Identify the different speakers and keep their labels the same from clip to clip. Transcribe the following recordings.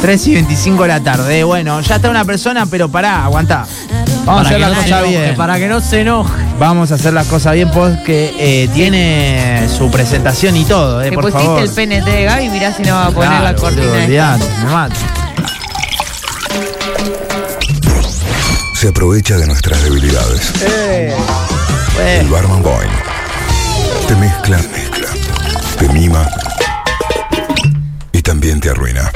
Speaker 1: 3 y 25 de la tarde. Eh, Bueno, ya está una persona, pero pará, aguantá. Vamos a hacer
Speaker 2: que
Speaker 1: las
Speaker 2: no se
Speaker 1: cosas
Speaker 2: enoje,
Speaker 1: bien.
Speaker 2: Para que no se enoje.
Speaker 1: Vamos a hacer las cosas bien porque eh, tiene su presentación y todo, eh,
Speaker 3: Te
Speaker 1: por
Speaker 3: pusiste
Speaker 1: favor.
Speaker 3: el PNT de Gaby, mirá si no va a poner la
Speaker 1: Claro,
Speaker 3: cortina.
Speaker 1: boludo,
Speaker 3: esta.
Speaker 1: olvidate, me mato.
Speaker 4: Se aprovecha de nuestras debilidades.
Speaker 1: Eh,
Speaker 4: El barman boy te mezcla, mezcla, te mima y también te arruina.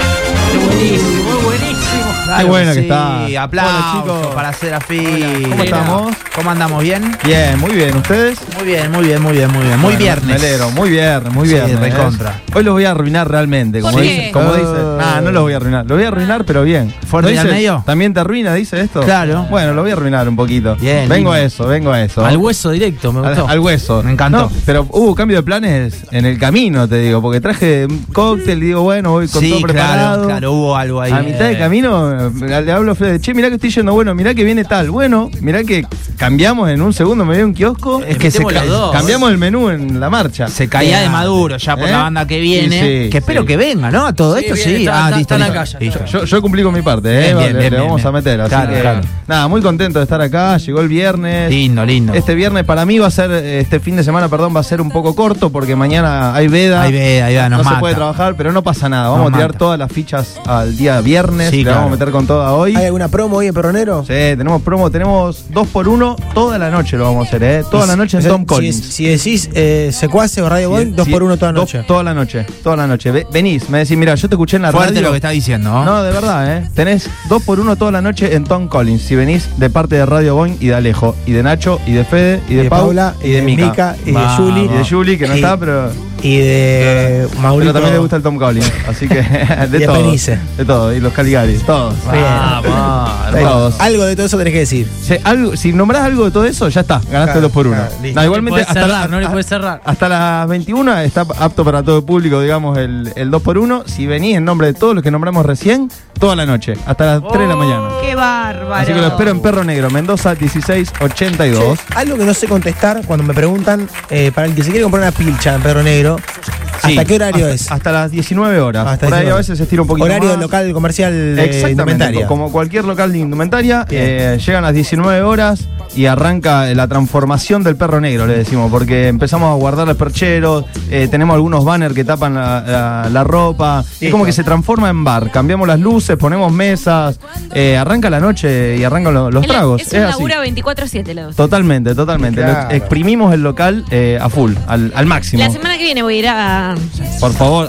Speaker 2: Buenísimo, buenísimo.
Speaker 1: Claro
Speaker 5: Qué bueno que
Speaker 1: sí,
Speaker 5: está.
Speaker 1: Aplausos
Speaker 5: Hola, chicos.
Speaker 1: para Serafín.
Speaker 5: ¿Cómo estamos?
Speaker 1: ¿Cómo andamos? ¿Bien?
Speaker 5: Bien, muy bien. ¿Ustedes?
Speaker 1: Muy bien, muy bien, muy bien, muy bien. Muy
Speaker 5: Bueno,
Speaker 1: viernes.
Speaker 5: Me alegro, muy viernes, muy
Speaker 1: Sí,
Speaker 5: viernes.
Speaker 1: recontra.
Speaker 5: ¿eh? Hoy los voy a arruinar realmente, como
Speaker 3: ¿Por qué?
Speaker 5: dice. Como dice. Ah, no los voy a arruinar. Los voy a arruinar, pero bien.
Speaker 1: ¿Fuerte
Speaker 5: ¿No
Speaker 1: y al
Speaker 5: dice,
Speaker 1: medio?
Speaker 5: ¿También te arruina, dice esto?
Speaker 1: Claro.
Speaker 5: Bueno, lo voy a arruinar un poquito.
Speaker 1: Bien,
Speaker 5: Vengo
Speaker 1: lindo.
Speaker 5: a eso, vengo a eso.
Speaker 2: Al hueso directo, me
Speaker 5: Al,
Speaker 2: gustó.
Speaker 5: al hueso.
Speaker 1: Me encantó.
Speaker 5: No, pero hubo cambio de planes en el camino, te digo, porque traje un cóctel y digo, bueno, voy con todo
Speaker 1: Sí,
Speaker 5: preparado.
Speaker 1: claro, claro, hubo algo ahí.
Speaker 5: A mitad de camino eh, le hablo a Fede, che, mirá que estoy yendo, bueno, mirá que viene tal, bueno, mirá que cambiamos en un segundo, me dio un kiosco.
Speaker 1: Es que se
Speaker 2: Metemos los
Speaker 1: ca-
Speaker 2: dos.
Speaker 5: Cambiamos el menú en la marcha.
Speaker 1: Se caía de Maduro ya por
Speaker 5: ¿Eh?
Speaker 1: la banda que viene.
Speaker 5: Sí, sí,
Speaker 1: que espero
Speaker 5: sí.
Speaker 1: que venga, ¿no? A todo
Speaker 2: Sí,
Speaker 1: esto
Speaker 2: viene,
Speaker 1: sí.
Speaker 2: está-
Speaker 1: ah,
Speaker 2: está-
Speaker 1: listo,
Speaker 2: está
Speaker 1: listo,
Speaker 2: en la calle,
Speaker 1: listo.
Speaker 2: está.
Speaker 5: Yo, yo cumplí con mi parte, ¿eh?
Speaker 1: Bien,
Speaker 5: Vale,
Speaker 1: bien,
Speaker 5: le,
Speaker 1: bien, bien,
Speaker 5: vamos
Speaker 1: bien.
Speaker 5: a meter. Así
Speaker 1: Claro,
Speaker 5: que,
Speaker 1: claro.
Speaker 5: Nada, muy contento de estar acá. Llegó el viernes.
Speaker 1: Lindo, lindo.
Speaker 5: Este viernes para mí va a ser, este fin de semana, perdón, va a ser un poco corto porque mañana hay veda.
Speaker 1: Ahí ve, ahí va, nos
Speaker 5: no
Speaker 1: mata.
Speaker 5: se puede trabajar, pero no pasa nada. Vamos
Speaker 1: Nos
Speaker 5: a tirar
Speaker 1: mata.
Speaker 5: todas las fichas al día viernes.
Speaker 1: Sí,
Speaker 5: le
Speaker 1: claro.
Speaker 5: vamos a meter con toda hoy.
Speaker 6: ¿Hay alguna promo hoy en Perronero?
Speaker 5: Sí, tenemos promo, tenemos dos por uno toda la noche lo vamos a hacer, ¿eh? Toda la noche en
Speaker 6: Si-
Speaker 5: Tom
Speaker 6: si-
Speaker 5: Collins.
Speaker 6: Si, decís eh, Secuace o Radio Boy, dos
Speaker 5: Sí,
Speaker 6: por uno toda
Speaker 5: dos-
Speaker 6: noche.
Speaker 5: Toda la noche, toda la noche. Ve- Venís, me decís, mira, yo te escuché en la
Speaker 1: Fuerte
Speaker 5: radio.
Speaker 1: lo que está diciendo, ¿no?
Speaker 5: No, de verdad, ¿eh? Tenés dos por uno toda la noche en Tom Collins. Si venís de parte de Radio Boing y de Alejo, y de Nacho, y de Fede, y de,
Speaker 6: de
Speaker 5: Paula, y de Mica.
Speaker 6: y de
Speaker 1: Vamos.
Speaker 6: eh, Juli.
Speaker 5: Y de Juli, que no
Speaker 6: Y-
Speaker 5: está, pero,
Speaker 6: Y de
Speaker 5: pero
Speaker 6: Mauricio.
Speaker 5: también le gusta el Tom Collins. Así que de
Speaker 6: Y a
Speaker 5: todo.
Speaker 6: Penice.
Speaker 5: De todo, y los Caligaris, todos.
Speaker 1: Ah, Vamos.
Speaker 6: Está bien.
Speaker 5: todos.
Speaker 6: Algo de todo eso tenés que decir.
Speaker 5: Si, algo- si nombrás algo de todo eso, ya está, ganaste
Speaker 6: Claro,
Speaker 5: dos por uno.
Speaker 6: claro, listo.
Speaker 5: No,
Speaker 2: No le
Speaker 5: igualmente,
Speaker 2: puedes
Speaker 5: hasta, la-
Speaker 2: cerrar, no le puedes cerrar.
Speaker 5: hasta las 21 está apto para todo el público, digamos, el, el 2 por 1 Si venís en nombre de todos los que nombramos recién, toda la noche, hasta las 3 de la mañana.
Speaker 3: ¡Qué bárbaro!
Speaker 5: Así que lo espero en Perro Negro, Mendoza 1682.
Speaker 6: Che, algo que no sé contestar cuando me preguntan, eh, para el que se quiere comprar una pilcha en Perro Negro,
Speaker 5: Sí.
Speaker 6: ¿hasta qué horario
Speaker 5: Hasta-
Speaker 6: es?
Speaker 5: Hasta las 19 horas.
Speaker 6: Hasta
Speaker 5: Por ahí
Speaker 6: 19.
Speaker 5: a veces se estira un poquito
Speaker 6: horario
Speaker 5: más.
Speaker 6: local comercial de
Speaker 5: Exactamente,
Speaker 6: indumentaria.
Speaker 5: como cualquier local de indumentaria, eh, llegan las 19 horas y arranca la transformación del perro negro, le decimos, porque empezamos a guardar los percheros, eh, tenemos algunos banners que tapan la, la- la ropa, es como que se transforma en bar, cambiamos las luces, ponemos mesas, eh, arranca la noche y arrancan lo- los
Speaker 3: Él es-
Speaker 5: tragos.
Speaker 3: Es un
Speaker 5: así.
Speaker 3: laburo 24-7, la dos.
Speaker 5: Totalmente, totalmente. Lo
Speaker 6: Claro.
Speaker 5: exprimimos el local eh, a full, al, al máximo.
Speaker 3: La semana que viene voy a ir a.
Speaker 5: Por favor,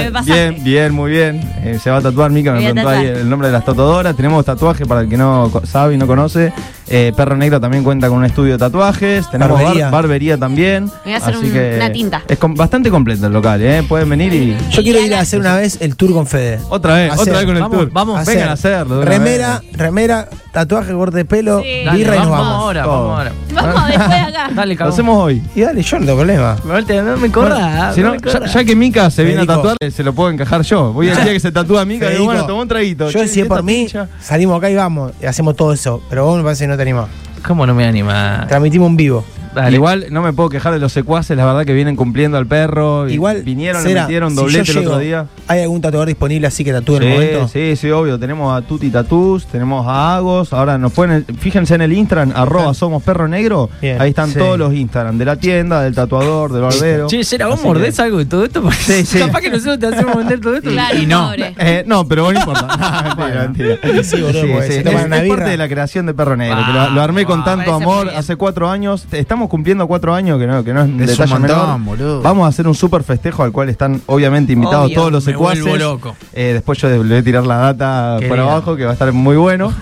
Speaker 3: Lo que
Speaker 5: ah,
Speaker 3: me pasaste.
Speaker 5: bien, bien, muy bien. Eh, se va a tatuar Mica, me
Speaker 3: Me voy a
Speaker 5: preguntó ahí
Speaker 3: tatuar.
Speaker 5: el nombre de las tatuadoras. Tenemos tatuaje para el que no co- sabe y no conoce. Eh, Perro Negro también cuenta con un estudio de tatuajes. Tenemos bar- barbería,
Speaker 6: Barbería.
Speaker 5: también.
Speaker 3: voy a hacer
Speaker 5: Así
Speaker 3: un-
Speaker 5: que
Speaker 3: una tinta.
Speaker 5: Es com- bastante completo el local, ¿eh? Pueden venir y.
Speaker 6: Yo quiero ir a hacer una vez el tour con Fede.
Speaker 5: Otra vez,
Speaker 6: Hacer.
Speaker 5: otra vez con el
Speaker 2: Vamos,
Speaker 5: tour.
Speaker 2: vamos.
Speaker 6: Hacer.
Speaker 5: vengan a hacerlo. de una
Speaker 6: Remera,
Speaker 5: vez.
Speaker 6: remera, tatuaje, corte de pelo,
Speaker 3: Sí.
Speaker 2: Dale,
Speaker 6: birra y nos
Speaker 2: vamos
Speaker 6: vamos.
Speaker 2: ahora,
Speaker 5: Todo.
Speaker 2: vamos ahora.
Speaker 3: Vamos, después de acá.
Speaker 2: Dale,
Speaker 5: Lo
Speaker 2: cabrón.
Speaker 5: hacemos hoy.
Speaker 6: Y dale, yo no tengo problema.
Speaker 2: No me corra.
Speaker 5: Si no, ya, ya que Mica se viene a
Speaker 6: Federico.
Speaker 5: tatuar, eh, se lo puedo encajar yo. Voy al día que se tatúa Mica, digo,
Speaker 6: Federico,
Speaker 5: bueno, tomó un traguito.
Speaker 6: Yo,
Speaker 5: Che,
Speaker 6: si es
Speaker 5: esta
Speaker 6: por mí,
Speaker 5: pincha.
Speaker 6: salimos acá y vamos. Y hacemos todo eso. Pero vos me parece que no te animás.
Speaker 2: ¿Cómo no me anima?
Speaker 1: Ah.
Speaker 6: Transmitimos un vivo.
Speaker 2: Dale.
Speaker 5: Igual no me puedo quejar de los secuaces, la verdad que vienen cumpliendo al perro. y
Speaker 6: Igual.
Speaker 5: vinieron, le
Speaker 6: Cera,
Speaker 5: metieron
Speaker 6: si
Speaker 5: doblete
Speaker 6: yo
Speaker 5: el otro
Speaker 6: llego,
Speaker 5: día.
Speaker 6: ¿Hay algún tatuador disponible así que tatúe en el
Speaker 5: Sí,
Speaker 6: momento?
Speaker 5: sí, sí, obvio. Tenemos a Tuti Tatús, tenemos a Agos. Ahora nos pueden, fíjense en el Instagram, arroba somos perro negro.
Speaker 6: Bien,
Speaker 5: Ahí están
Speaker 6: sí.
Speaker 5: todos los Instagram, de la tienda, del tatuador, del barbero.
Speaker 2: Che, Sera, ¿vos
Speaker 5: Así
Speaker 2: mordés
Speaker 5: que-
Speaker 2: algo de todo esto? Porque
Speaker 5: Sí, sí.
Speaker 2: Capaz que nosotros te hacemos vender todo esto.
Speaker 3: Claro,
Speaker 1: y no.
Speaker 3: pobre.
Speaker 5: Eh, no, pero vos no importa. No, mentira, mentira.
Speaker 6: Sí, boludo, porque se
Speaker 5: Es,
Speaker 6: toman
Speaker 5: es
Speaker 6: una birra.
Speaker 5: parte de la creación de Perro Negro. que lo, lo armé con
Speaker 1: Wow,
Speaker 5: tanto
Speaker 3: parece muy
Speaker 5: amor
Speaker 3: bien.
Speaker 5: hace cuatro años. Te- Estamos cumpliendo cuatro años, que no, que no es un
Speaker 1: Es un
Speaker 5: detalle
Speaker 1: montón,
Speaker 5: menor.
Speaker 1: boludo.
Speaker 5: Vamos a hacer un super festejo al cual están obviamente invitados
Speaker 2: Obvio,
Speaker 5: todos los
Speaker 2: me
Speaker 5: secuaces.
Speaker 2: vuelvo loco.
Speaker 5: Eh, después yo les voy a tirar la data
Speaker 2: Qué
Speaker 5: por
Speaker 2: lindo.
Speaker 5: abajo, que va a estar muy bueno.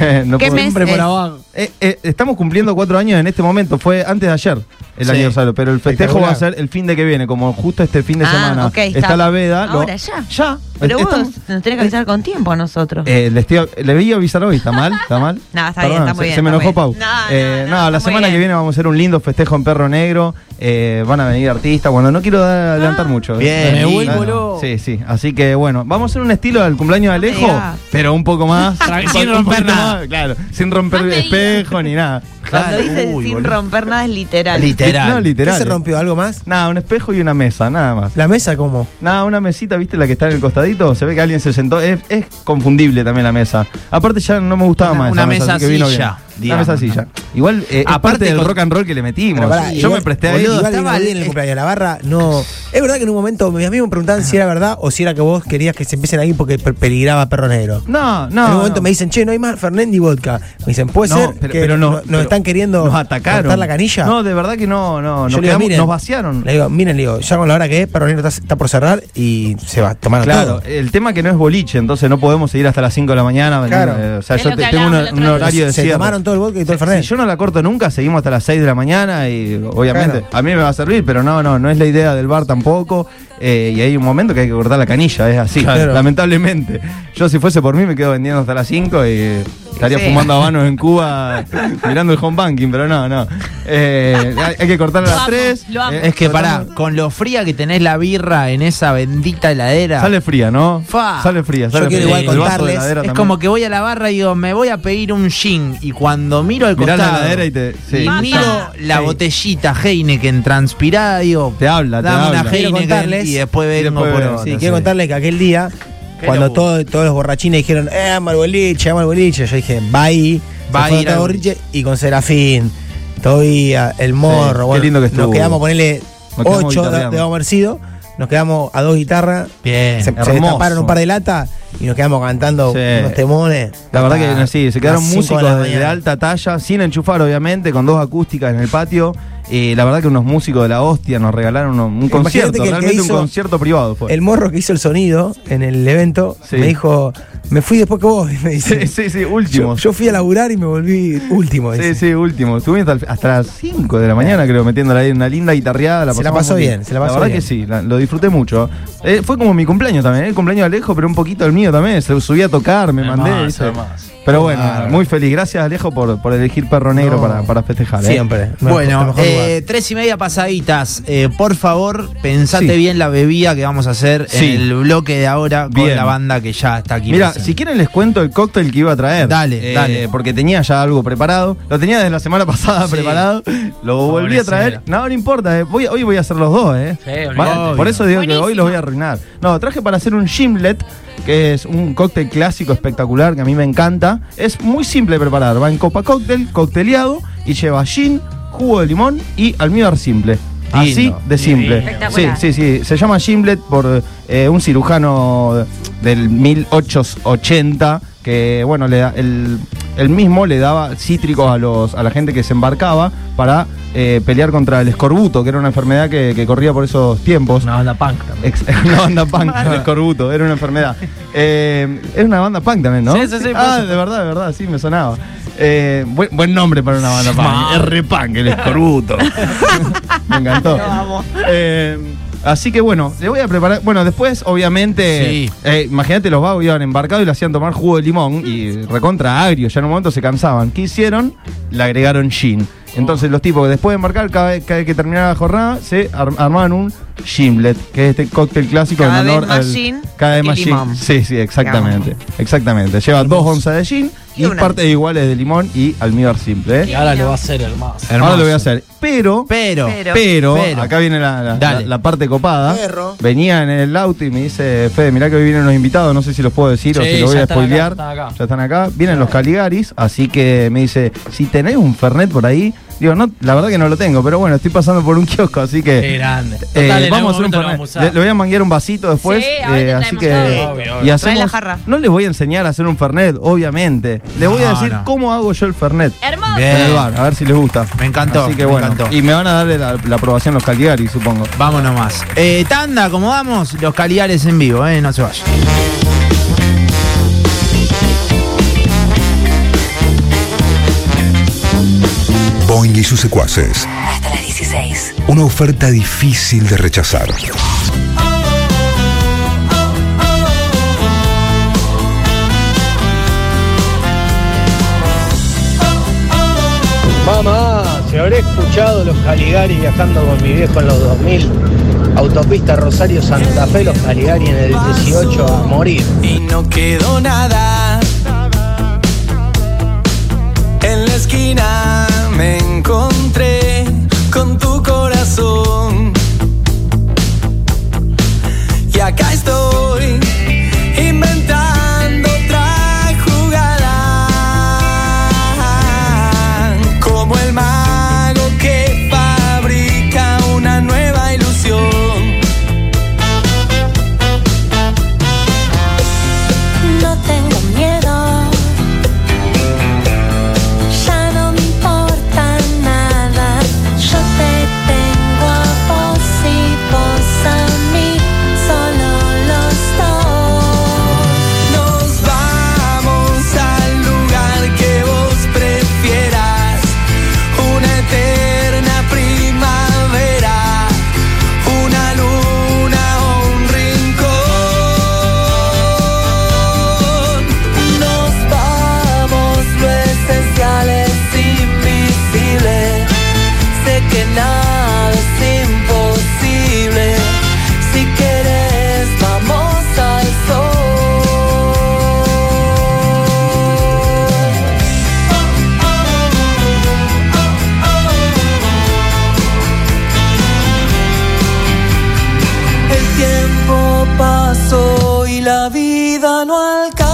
Speaker 5: Eh, No
Speaker 3: ¿Qué
Speaker 5: puedo-
Speaker 3: mes
Speaker 2: Siempre
Speaker 3: es?
Speaker 2: por abajo.
Speaker 5: Eh, eh, estamos cumpliendo cuatro años en este momento. Fue antes de ayer el
Speaker 1: Sí.
Speaker 5: aniversario, pero el festejo
Speaker 6: Espectacular.
Speaker 5: va a ser el fin de que viene, como justo este fin de
Speaker 3: Ah,
Speaker 5: semana.
Speaker 3: ok,
Speaker 5: está,
Speaker 3: está.
Speaker 5: la veda. lo-
Speaker 3: Ahora, ya.
Speaker 5: Ya.
Speaker 3: Pero vos
Speaker 5: Estamos-
Speaker 3: nos tenés que avisar con tiempo a nosotros.
Speaker 5: eh, le, estoy- le veía avisar hoy, ¿está mal? ¿Está mal?
Speaker 3: No, está bien, está muy
Speaker 5: se,
Speaker 3: bien,
Speaker 5: se me
Speaker 3: está
Speaker 5: enojó
Speaker 3: muy
Speaker 5: Pau.
Speaker 3: bien. No, no,
Speaker 5: Eh,
Speaker 3: no,
Speaker 5: la
Speaker 3: está muy
Speaker 5: semana que
Speaker 3: bien.
Speaker 5: viene vamos a hacer un lindo festejo en Perro Negro. eh, van a venir artistas. Bueno, no quiero
Speaker 3: Ah.
Speaker 5: dar- adelantar mucho. eh.
Speaker 1: Bien,
Speaker 2: Me
Speaker 1: lindo.
Speaker 2: vuelvo loco.
Speaker 5: Sí, sí. Así que bueno, vamos a hacer un estilo del cumpleaños de
Speaker 3: No me
Speaker 5: Alejo,
Speaker 3: digas.
Speaker 5: pero un poco más.
Speaker 2: Tra-
Speaker 5: un
Speaker 2: sin
Speaker 5: poco
Speaker 2: romper
Speaker 5: más,
Speaker 2: nada.
Speaker 5: claro, sin romper
Speaker 3: Más medido.
Speaker 5: espejo ni nada.
Speaker 3: Cuando
Speaker 1: Claro,
Speaker 3: dice
Speaker 1: uy,
Speaker 3: sin
Speaker 1: boludo.
Speaker 3: romper nada es literal.
Speaker 1: Literal.
Speaker 5: No,
Speaker 6: ¿Qué
Speaker 5: literal.
Speaker 6: se rompió? ¿Algo más?
Speaker 5: Nada, un espejo y una mesa, nada más.
Speaker 6: ¿La mesa cómo?
Speaker 5: Nada, una mesita, ¿viste? La que está en el costadito. Se ve que alguien se sentó. Es, es confundible también la mesa. Aparte ya no me gustaba
Speaker 1: Una-
Speaker 5: más.
Speaker 1: una
Speaker 5: esa mesa,
Speaker 1: mesa
Speaker 5: así que vino
Speaker 1: silla,
Speaker 5: bien. Una
Speaker 1: digamos,
Speaker 5: mesa silla. Igual, eh,
Speaker 1: Aparte
Speaker 5: aparte del
Speaker 1: con-
Speaker 5: rock and roll que le metimos.
Speaker 6: Pero pará,
Speaker 5: yo
Speaker 6: igual-
Speaker 5: me presté a
Speaker 6: boludo,
Speaker 5: eso.
Speaker 6: igual
Speaker 1: estaba
Speaker 6: vino bien
Speaker 1: el-
Speaker 6: en el cumpleaños. La barra no. Es verdad que en un momento mis amigos me preguntaban si era verdad o si era que vos querías que se empiecen ahí porque per- peligraba perro negro.
Speaker 5: No, no.
Speaker 6: en un momento
Speaker 5: no.
Speaker 6: me dicen, che, no hay más Fernández y vodka. Me dicen, ¿puede
Speaker 5: No,
Speaker 6: ser
Speaker 5: pero-
Speaker 6: que
Speaker 5: pero no,
Speaker 6: no- nos
Speaker 5: pero
Speaker 6: están queriendo
Speaker 5: Nos atacaron.
Speaker 6: cortar la canilla?
Speaker 5: No, de verdad que no, no.
Speaker 6: Yo
Speaker 5: Nos,
Speaker 6: le digo,
Speaker 5: quedamos-
Speaker 6: "Miren".
Speaker 5: nos vaciaron.
Speaker 6: Le digo, miren, le digo, ya con la hora que es, perro negro está, está por cerrar y se va a tomar
Speaker 5: Claro, el tema que no es boliche, entonces no podemos seguir hasta las 5 de la mañana.
Speaker 6: Claro.
Speaker 5: Eh, o sea,
Speaker 3: Es
Speaker 5: yo
Speaker 3: lo
Speaker 5: te-
Speaker 3: que
Speaker 5: tengo un,
Speaker 3: hablábamos el
Speaker 5: un
Speaker 3: otro día.
Speaker 5: horario de
Speaker 6: se
Speaker 5: cierre.
Speaker 6: tomaron todo el vodka y todo el
Speaker 5: Si
Speaker 6: Fernet.
Speaker 5: yo no la corto nunca, seguimos hasta las 6 de la mañana y obviamente
Speaker 6: Claro.
Speaker 5: a mí me va a servir, pero no, no, no es la idea del bar tampoco. eh, y hay un momento que hay que cortar la canilla, es así,
Speaker 6: Claro.
Speaker 5: lamentablemente. Yo si fuese por mí me quedo vendiendo hasta las 5 y eh, estaría
Speaker 3: Sí.
Speaker 5: fumando habanos en Cuba mirando el home banking, pero no, no. Eh, hay, hay que cortar a
Speaker 3: Lo
Speaker 5: las Eh,
Speaker 3: amo,
Speaker 5: 3.
Speaker 3: lo amo.
Speaker 1: Es que pará, con lo fría que tenés la birra en esa bendita heladera.
Speaker 5: Sale fría, ¿no?
Speaker 1: Fa.
Speaker 5: Sale fría,
Speaker 6: Yo
Speaker 5: sale
Speaker 6: quiero
Speaker 1: igual
Speaker 5: fría. El vaso de
Speaker 6: contarles,
Speaker 5: heladera
Speaker 1: es
Speaker 5: también.
Speaker 1: como que voy a la barra y digo, me voy a pedir un gin. Y cuando miro al
Speaker 5: Mirá
Speaker 1: costado.
Speaker 5: la heladera y te- sí.
Speaker 1: y
Speaker 3: Mata.
Speaker 1: miro la
Speaker 5: Sí.
Speaker 1: botellita Heineken transpirada, digo.
Speaker 5: Te habla, te
Speaker 1: dame
Speaker 5: habla.
Speaker 1: una
Speaker 6: Quiero
Speaker 1: Heineken
Speaker 6: contarles-
Speaker 1: y después
Speaker 5: y
Speaker 1: vengo
Speaker 5: después
Speaker 1: por
Speaker 5: veo,
Speaker 1: otra.
Speaker 6: Sí,
Speaker 5: no
Speaker 6: quiero
Speaker 5: sé.
Speaker 6: contarles que aquel día, cuando
Speaker 1: locura.
Speaker 6: todo- todos los borrachines dijeron, eh, mal boliche, eh, mal boliche, yo dije, va ahí, se
Speaker 1: Va a
Speaker 6: fueron
Speaker 1: ir
Speaker 6: todos
Speaker 1: al
Speaker 6: borraches y con Serafín, Tobía, El Morro,
Speaker 5: qué lindo que estuvo.
Speaker 6: nos quedamos, ponele
Speaker 5: Nos quedamos
Speaker 6: ocho de,
Speaker 5: guitarreando.
Speaker 6: de haber sido, nos quedamos a dos guitarras,
Speaker 1: Bien.
Speaker 6: se, se
Speaker 5: hermoso.
Speaker 6: destaparon un par de latas y nos quedamos cantando
Speaker 5: Sí.
Speaker 6: unos temones.
Speaker 5: La verdad que
Speaker 6: Hasta
Speaker 5: no, sí, se quedaron
Speaker 6: Ah, las cinco
Speaker 5: músicos
Speaker 6: la
Speaker 5: de, de
Speaker 6: mañana.
Speaker 5: alta talla, sin enchufar obviamente, con dos acústicas en el patio. Eh, la verdad que unos músicos de la hostia nos regalaron uno- un,
Speaker 6: Imagínate que
Speaker 5: concierto,
Speaker 6: el que
Speaker 5: realmente un
Speaker 6: hizo-
Speaker 5: concierto privado fue.
Speaker 6: El morro que hizo el sonido en el evento
Speaker 5: Sí.
Speaker 6: me dijo, me fui después que vos, me
Speaker 5: Sí,
Speaker 6: dice.
Speaker 5: sí, sí,
Speaker 6: Yo,
Speaker 5: último.
Speaker 6: yo fui a laburar y me volví último.
Speaker 5: sí,
Speaker 6: dice.
Speaker 5: sí, último. Estuvimos hasta, el- hasta las 5 de la mañana, creo, metiéndola ahí una linda guitarreada.
Speaker 6: Se la
Speaker 5: pasamos
Speaker 6: pasó
Speaker 5: muy
Speaker 6: bien, se la pasó
Speaker 5: verdad
Speaker 6: bien.
Speaker 5: que sí, la- lo disfruté mucho. Eh, fue como mi cumpleaños también, eh, el cumpleaños de Alejo, pero un poquito el mío también. Se subí a tocar, me mandé. ¿viste? Pero bueno, muy feliz. Gracias, Alejo, por, por elegir Perro Negro
Speaker 6: No.
Speaker 5: para, para festejar. eh.
Speaker 6: Siempre. Me-
Speaker 1: Bueno,
Speaker 6: mejor lugar.
Speaker 1: eh, tres y media pasaditas. Eh, por favor, pensate
Speaker 5: Sí.
Speaker 1: bien la bebida que vamos a hacer
Speaker 5: Sí.
Speaker 1: en el bloque de ahora
Speaker 5: Bien.
Speaker 1: con la banda que ya está aquí.
Speaker 5: Mira,
Speaker 1: presente.
Speaker 5: si quieren les cuento el cóctel que iba a traer. Eh,
Speaker 1: Dale, dale.
Speaker 5: Porque tenía ya algo preparado. Lo tenía desde la semana pasada
Speaker 1: Sí.
Speaker 5: preparado. Lo volví a traer. No, no importa. eh. Voy- hoy voy a hacer los dos, ¿eh?
Speaker 2: Sí, olvidate.
Speaker 5: Va- Por eso digo que hoy
Speaker 3: Buenísimo.
Speaker 5: los voy a arruinar. No, traje para hacer un gimlet, que es un cóctel clásico espectacular que a mí me encanta. Es muy simple de preparar. Va en copa cóctel, cocteleado, y lleva gin, jugo de limón y almíbar simple. Así
Speaker 1: Lindo.
Speaker 5: de simple. Sí,
Speaker 3: Espectacular.
Speaker 5: sí, sí. Se llama Gimlet por eh, un cirujano del 1880 que, bueno, le da- el, el mismo le daba cítricos a, los, a la gente que se embarcaba para eh, pelear contra el escorbuto, que era una enfermedad que, que corría por esos tiempos.
Speaker 2: Una banda punk también.
Speaker 5: Ex- Una banda punk, el escorbuto, era una enfermedad. Eh, era una banda punk también, ¿no?
Speaker 2: Sí, sí, sí, por
Speaker 5: Ah,
Speaker 2: eso.
Speaker 5: de verdad, de verdad, sí, me sonaba. Eh, buen, buen nombre para una banda punk. R-Punk, el escorbuto. me encantó. Eh, así que bueno, le voy a preparar. Bueno, después, obviamente,
Speaker 1: Sí.
Speaker 5: eh, imagínate, los vagos iban embarcados y le hacían tomar jugo de limón y recontra agrio. Ya en un momento se cansaban. ¿Qué hicieron? Le agregaron gin. Entonces, los tipos que después de embarcar, cada vez, cada vez que terminaba la jornada, se ar- armaban un gimlet, que es este cóctel clásico
Speaker 3: Cada
Speaker 5: en
Speaker 3: vez
Speaker 5: honor
Speaker 3: más
Speaker 5: al-
Speaker 3: gin
Speaker 5: Cada vez
Speaker 3: y
Speaker 5: más gin.
Speaker 3: limón.
Speaker 5: Sí, sí, exactamente. Exactamente. Lleva dos onzas de gin y,
Speaker 3: Y una.
Speaker 5: partes iguales de limón y almíbar simple. ¿eh?
Speaker 2: Y ahora lo va a hacer, hermano.
Speaker 5: Ahora lo voy a hacer. Pero.
Speaker 1: Pero,
Speaker 3: Pero-
Speaker 5: Pero,
Speaker 1: Pero.
Speaker 5: acá viene la, la-
Speaker 1: Dale.
Speaker 5: la- la parte copada. Venía en el auto y me dice, Fede, mirá que hoy vienen unos invitados, no sé si los puedo decir o
Speaker 2: Sí,
Speaker 5: si los voy
Speaker 2: ya
Speaker 5: a
Speaker 2: están acá,
Speaker 5: spoilear.
Speaker 2: están acá.
Speaker 5: Ya están acá. Vienen los Caligaris, así que me dice, si tenés un Fernet por ahí, digo, no, la verdad que no lo tengo, pero bueno, estoy pasando por un kiosco, así
Speaker 2: Qué
Speaker 5: que.
Speaker 2: grande.
Speaker 5: eh,
Speaker 2: Total, en
Speaker 5: vamos a hacer un
Speaker 2: algún momento lo
Speaker 5: Fernet.
Speaker 2: vamos a
Speaker 5: Le,
Speaker 2: usar.
Speaker 5: le voy a manguer un vasito después. eh,
Speaker 3: Sí, ahora te
Speaker 5: así que.
Speaker 3: traemos
Speaker 2: todo. Obvio, obvio.
Speaker 5: Y
Speaker 2: Trae
Speaker 5: hacemos.
Speaker 3: la jarra.
Speaker 5: No les voy a enseñar a hacer un Fernet, obviamente. Les voy a
Speaker 1: No,
Speaker 5: decir
Speaker 1: no.
Speaker 5: cómo hago yo el Fernet.
Speaker 3: Hermoso.
Speaker 1: Bien.
Speaker 5: En el bar, a ver si les gusta.
Speaker 1: Eh, Me encantó,
Speaker 5: Así que
Speaker 1: me
Speaker 5: bueno.
Speaker 1: encantó.
Speaker 5: Y me van a darle la, la aprobación los Caligari, supongo.
Speaker 1: Vamos nomás. Eh, tanda, acomodamos los caligares en vivo, eh, no se vayan.
Speaker 4: Boing y sus secuaces.
Speaker 7: Hasta las 16.
Speaker 4: Una oferta difícil de rechazar.
Speaker 8: Mamá, si habré escuchado los Caligari viajando con mi viejo en los 2000. Autopista Rosario Santa Fe, los Caligari en el 18 a morir.
Speaker 9: y no quedó nada. En la esquina me
Speaker 6: vida no alcanza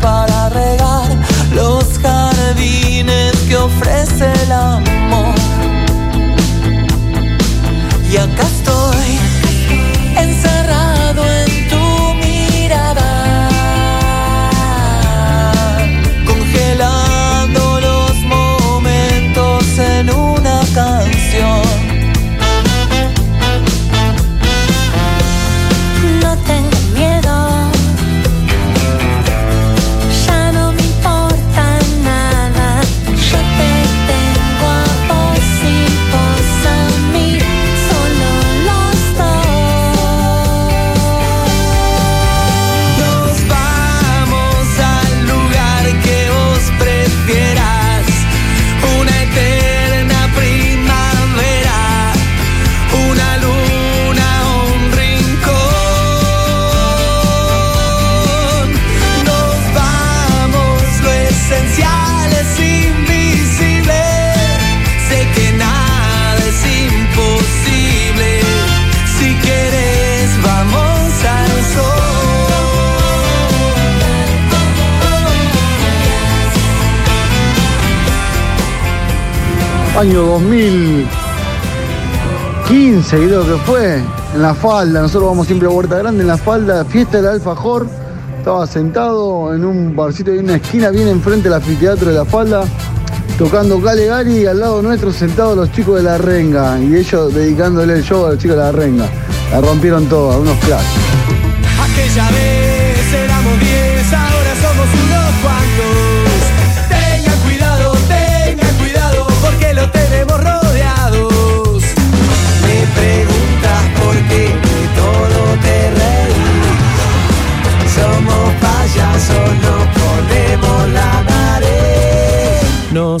Speaker 6: para regar los jardines que ofrece el amor. Y acá estoy, encerrado en tu mirada, congelando los momentos en una canción.
Speaker 7: No tengo miedo, ya no me importa nada. Yo te tengo a vos y vos a mí, solo los dos.
Speaker 6: Nos vamos al lugar que vos prefieras, una eterna primavera, una luna o un rincón. Nos vamos, lo esencial es invisible, sé que nada es imposible, si querés vamos al sol.
Speaker 5: año 2015 creo que fue, en la falda, nosotros vamos siempre a Huerta Grande, en la falda, fiesta del alfajor, estaba sentado en un barcito de una esquina bien enfrente del anfiteatro de la falda, tocando Calegari y al lado nuestro sentados los chicos de la renga y ellos dedicándole el show a los chicos de la renga. La rompieron toda, unos cracks.
Speaker 6: Aquella vez éramos 10, ahora somos unos cuantos. Tengan cuidado, tengan cuidado, porque lo tenemos rodeados. Me preguntas por qué de todo te reí. Somos payasos, no podemos la pared. No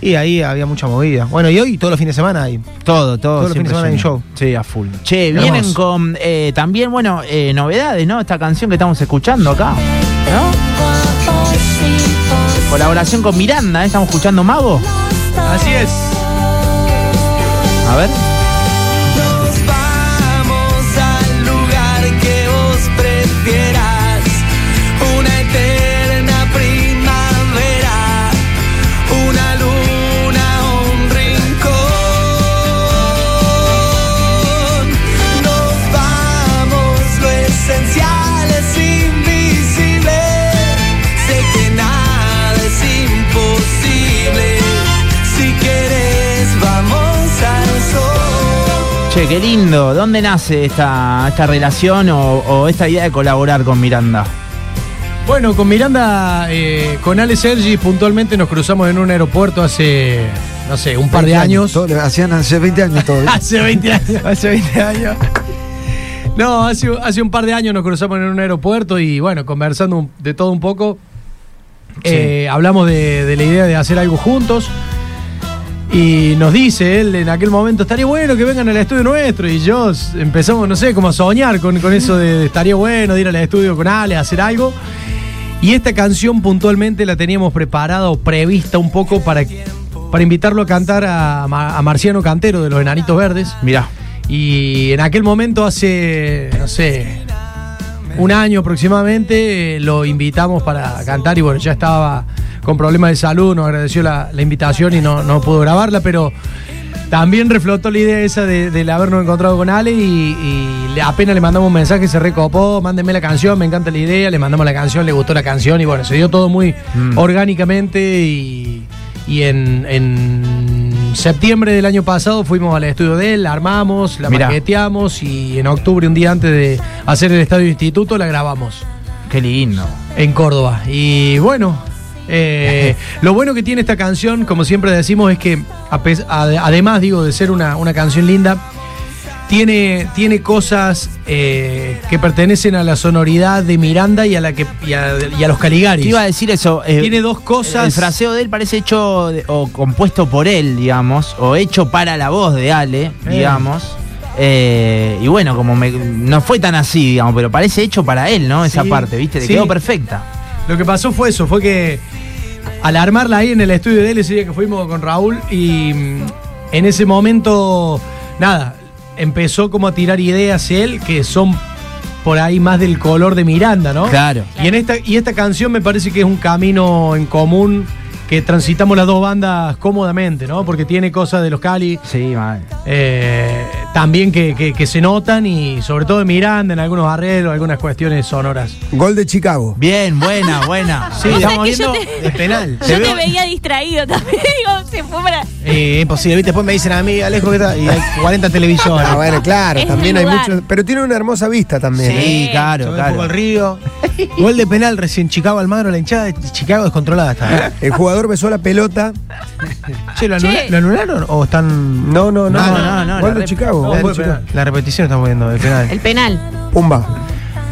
Speaker 10: Y ahí había mucha movida. Bueno, y hoy, todos los fines de semana, hay.
Speaker 1: Todo, todo.
Speaker 10: Todos los fines
Speaker 1: siempre
Speaker 10: de semana hay
Speaker 1: lleno.
Speaker 10: show.
Speaker 1: Sí, a full. Che, vienen
Speaker 10: Hermoso.
Speaker 1: con eh, también, bueno, eh, novedades, ¿no? Esta canción que estamos escuchando acá. Colaboración con Miranda, ¿eh? Estamos escuchando Mago.
Speaker 2: Así es.
Speaker 1: A ver.
Speaker 7: Nos vamos al lugar que vos prefieras. Una eterna primavera, una luna, un rincón. Nos vamos, lo esencial es invisible. Sé que nada es imposible. Si querés, vamos al sol.
Speaker 1: Che, qué lindo. ¿Dónde nace esta, esta relación o, o esta idea de colaborar con Miranda?
Speaker 2: Bueno, con Miranda, eh, con Ale Sergi puntualmente nos cruzamos en un aeropuerto hace, no sé, un par de
Speaker 11: 20
Speaker 2: años.
Speaker 11: Todo le- hacían hace 20 años todo.
Speaker 2: hace 20 años. hace 20 años. No, hace, hace un par de años nos cruzamos en un aeropuerto y bueno, conversando un- de todo un poco, eh, hablamos de, de la idea de hacer algo juntos. Y nos dice él en aquel momento, estaría bueno que vengan al estudio nuestro. Y yo s- empezamos, no sé, como a soñar con, con eso de, de estaría bueno de ir al estudio con Ale, a hacer algo. Y esta canción puntualmente la teníamos preparada o prevista un poco para, para invitarlo a cantar a, Ma- a Marciano Cantero de los Enanitos Verdes.
Speaker 1: Mirá.
Speaker 2: Y en aquel momento, hace, no sé, un año aproximadamente, eh, lo invitamos para cantar y bueno, ya estaba con problemas de salud, nos agradeció la, la invitación y no, no pudo grabarla, pero también reflotó la idea esa de, del habernos encontrado con Ale y, y le- apenas le mandamos un mensaje, se recopó, mándenme la canción, me encanta la idea, le mandamos la canción, le gustó la canción y bueno, se dio todo muy orgánicamente y, y en, en septiembre del año pasado fuimos al estudio de él, la armamos, la
Speaker 1: Mirá.
Speaker 2: maqueteamos y en octubre, un día antes de hacer el estadio instituto, la grabamos.
Speaker 1: Qué lindo.
Speaker 2: En Córdoba. Y bueno, eh, lo bueno que tiene esta canción, como siempre decimos, es que a pes- ade- además, digo, de ser una, una canción linda, tiene, tiene cosas eh, que pertenecen a la sonoridad de Miranda y a, la que, y a, y a los Caligaris.
Speaker 1: Te iba a decir eso. eh,
Speaker 2: tiene dos cosas.
Speaker 1: El fraseo de él parece hecho de- o compuesto por él, digamos, o hecho para la voz de Ale, digamos. Eh, y bueno, como me- no fue tan así, digamos, pero parece hecho para él, ¿no? Esa
Speaker 2: Sí,
Speaker 1: parte, ¿viste? Le
Speaker 2: sí.
Speaker 1: quedó perfecta.
Speaker 2: Lo que pasó fue eso, fue que al armarla ahí en el estudio de él, ese día que fuimos con Raúl, y mm, en ese momento, nada, empezó como a tirar ideas él que son por ahí más del color de Miranda, ¿no?
Speaker 1: Claro.
Speaker 2: Y, en esta, y esta canción me parece que es un camino en común que transitamos las dos bandas cómodamente, ¿no? Porque tiene cosas de los Cali. eh,
Speaker 1: Sí, madre.
Speaker 2: también que, que- que se notan y sobre todo de Miranda en algunos arreglos, algunas cuestiones sonoras.
Speaker 11: Gol de Chicago.
Speaker 1: Bien, buena, buena.
Speaker 2: Sí,
Speaker 10: O sea
Speaker 2: estamos
Speaker 10: que yo
Speaker 2: viendo
Speaker 10: te-
Speaker 2: de penal.
Speaker 10: Te
Speaker 3: Yo te
Speaker 10: veo-
Speaker 3: veía distraído también. Digo, se fue para.
Speaker 10: Eh, imposible, ¿viste? Después me dicen a mí, Alejo, ¿qué tal? Y hay 40 televisores.
Speaker 6: Ah, bueno, claro,
Speaker 3: Es
Speaker 6: también hay
Speaker 3: lugar.
Speaker 6: muchos. Pero tiene una hermosa vista también.
Speaker 1: Sí,
Speaker 6: ¿eh?
Speaker 10: Se
Speaker 1: claro,
Speaker 10: ve un poco el
Speaker 1: claro.
Speaker 10: río. Gol de penal recién Chicago Almagro, la hinchada de Chicago descontrolada está.
Speaker 6: ¿eh? El jugador besó la pelota.
Speaker 10: Che, ¿lo, anula-
Speaker 3: Che.
Speaker 10: lo anularon o están.?
Speaker 6: No, no, no.
Speaker 1: No, no, no,
Speaker 6: Gol
Speaker 1: la
Speaker 6: de
Speaker 1: rep-
Speaker 6: Chicago.
Speaker 10: No,
Speaker 6: gol de
Speaker 10: fue
Speaker 6: Chicago.
Speaker 10: penal. La repetición estamos viendo, el penal.
Speaker 3: El penal.
Speaker 6: Pumba.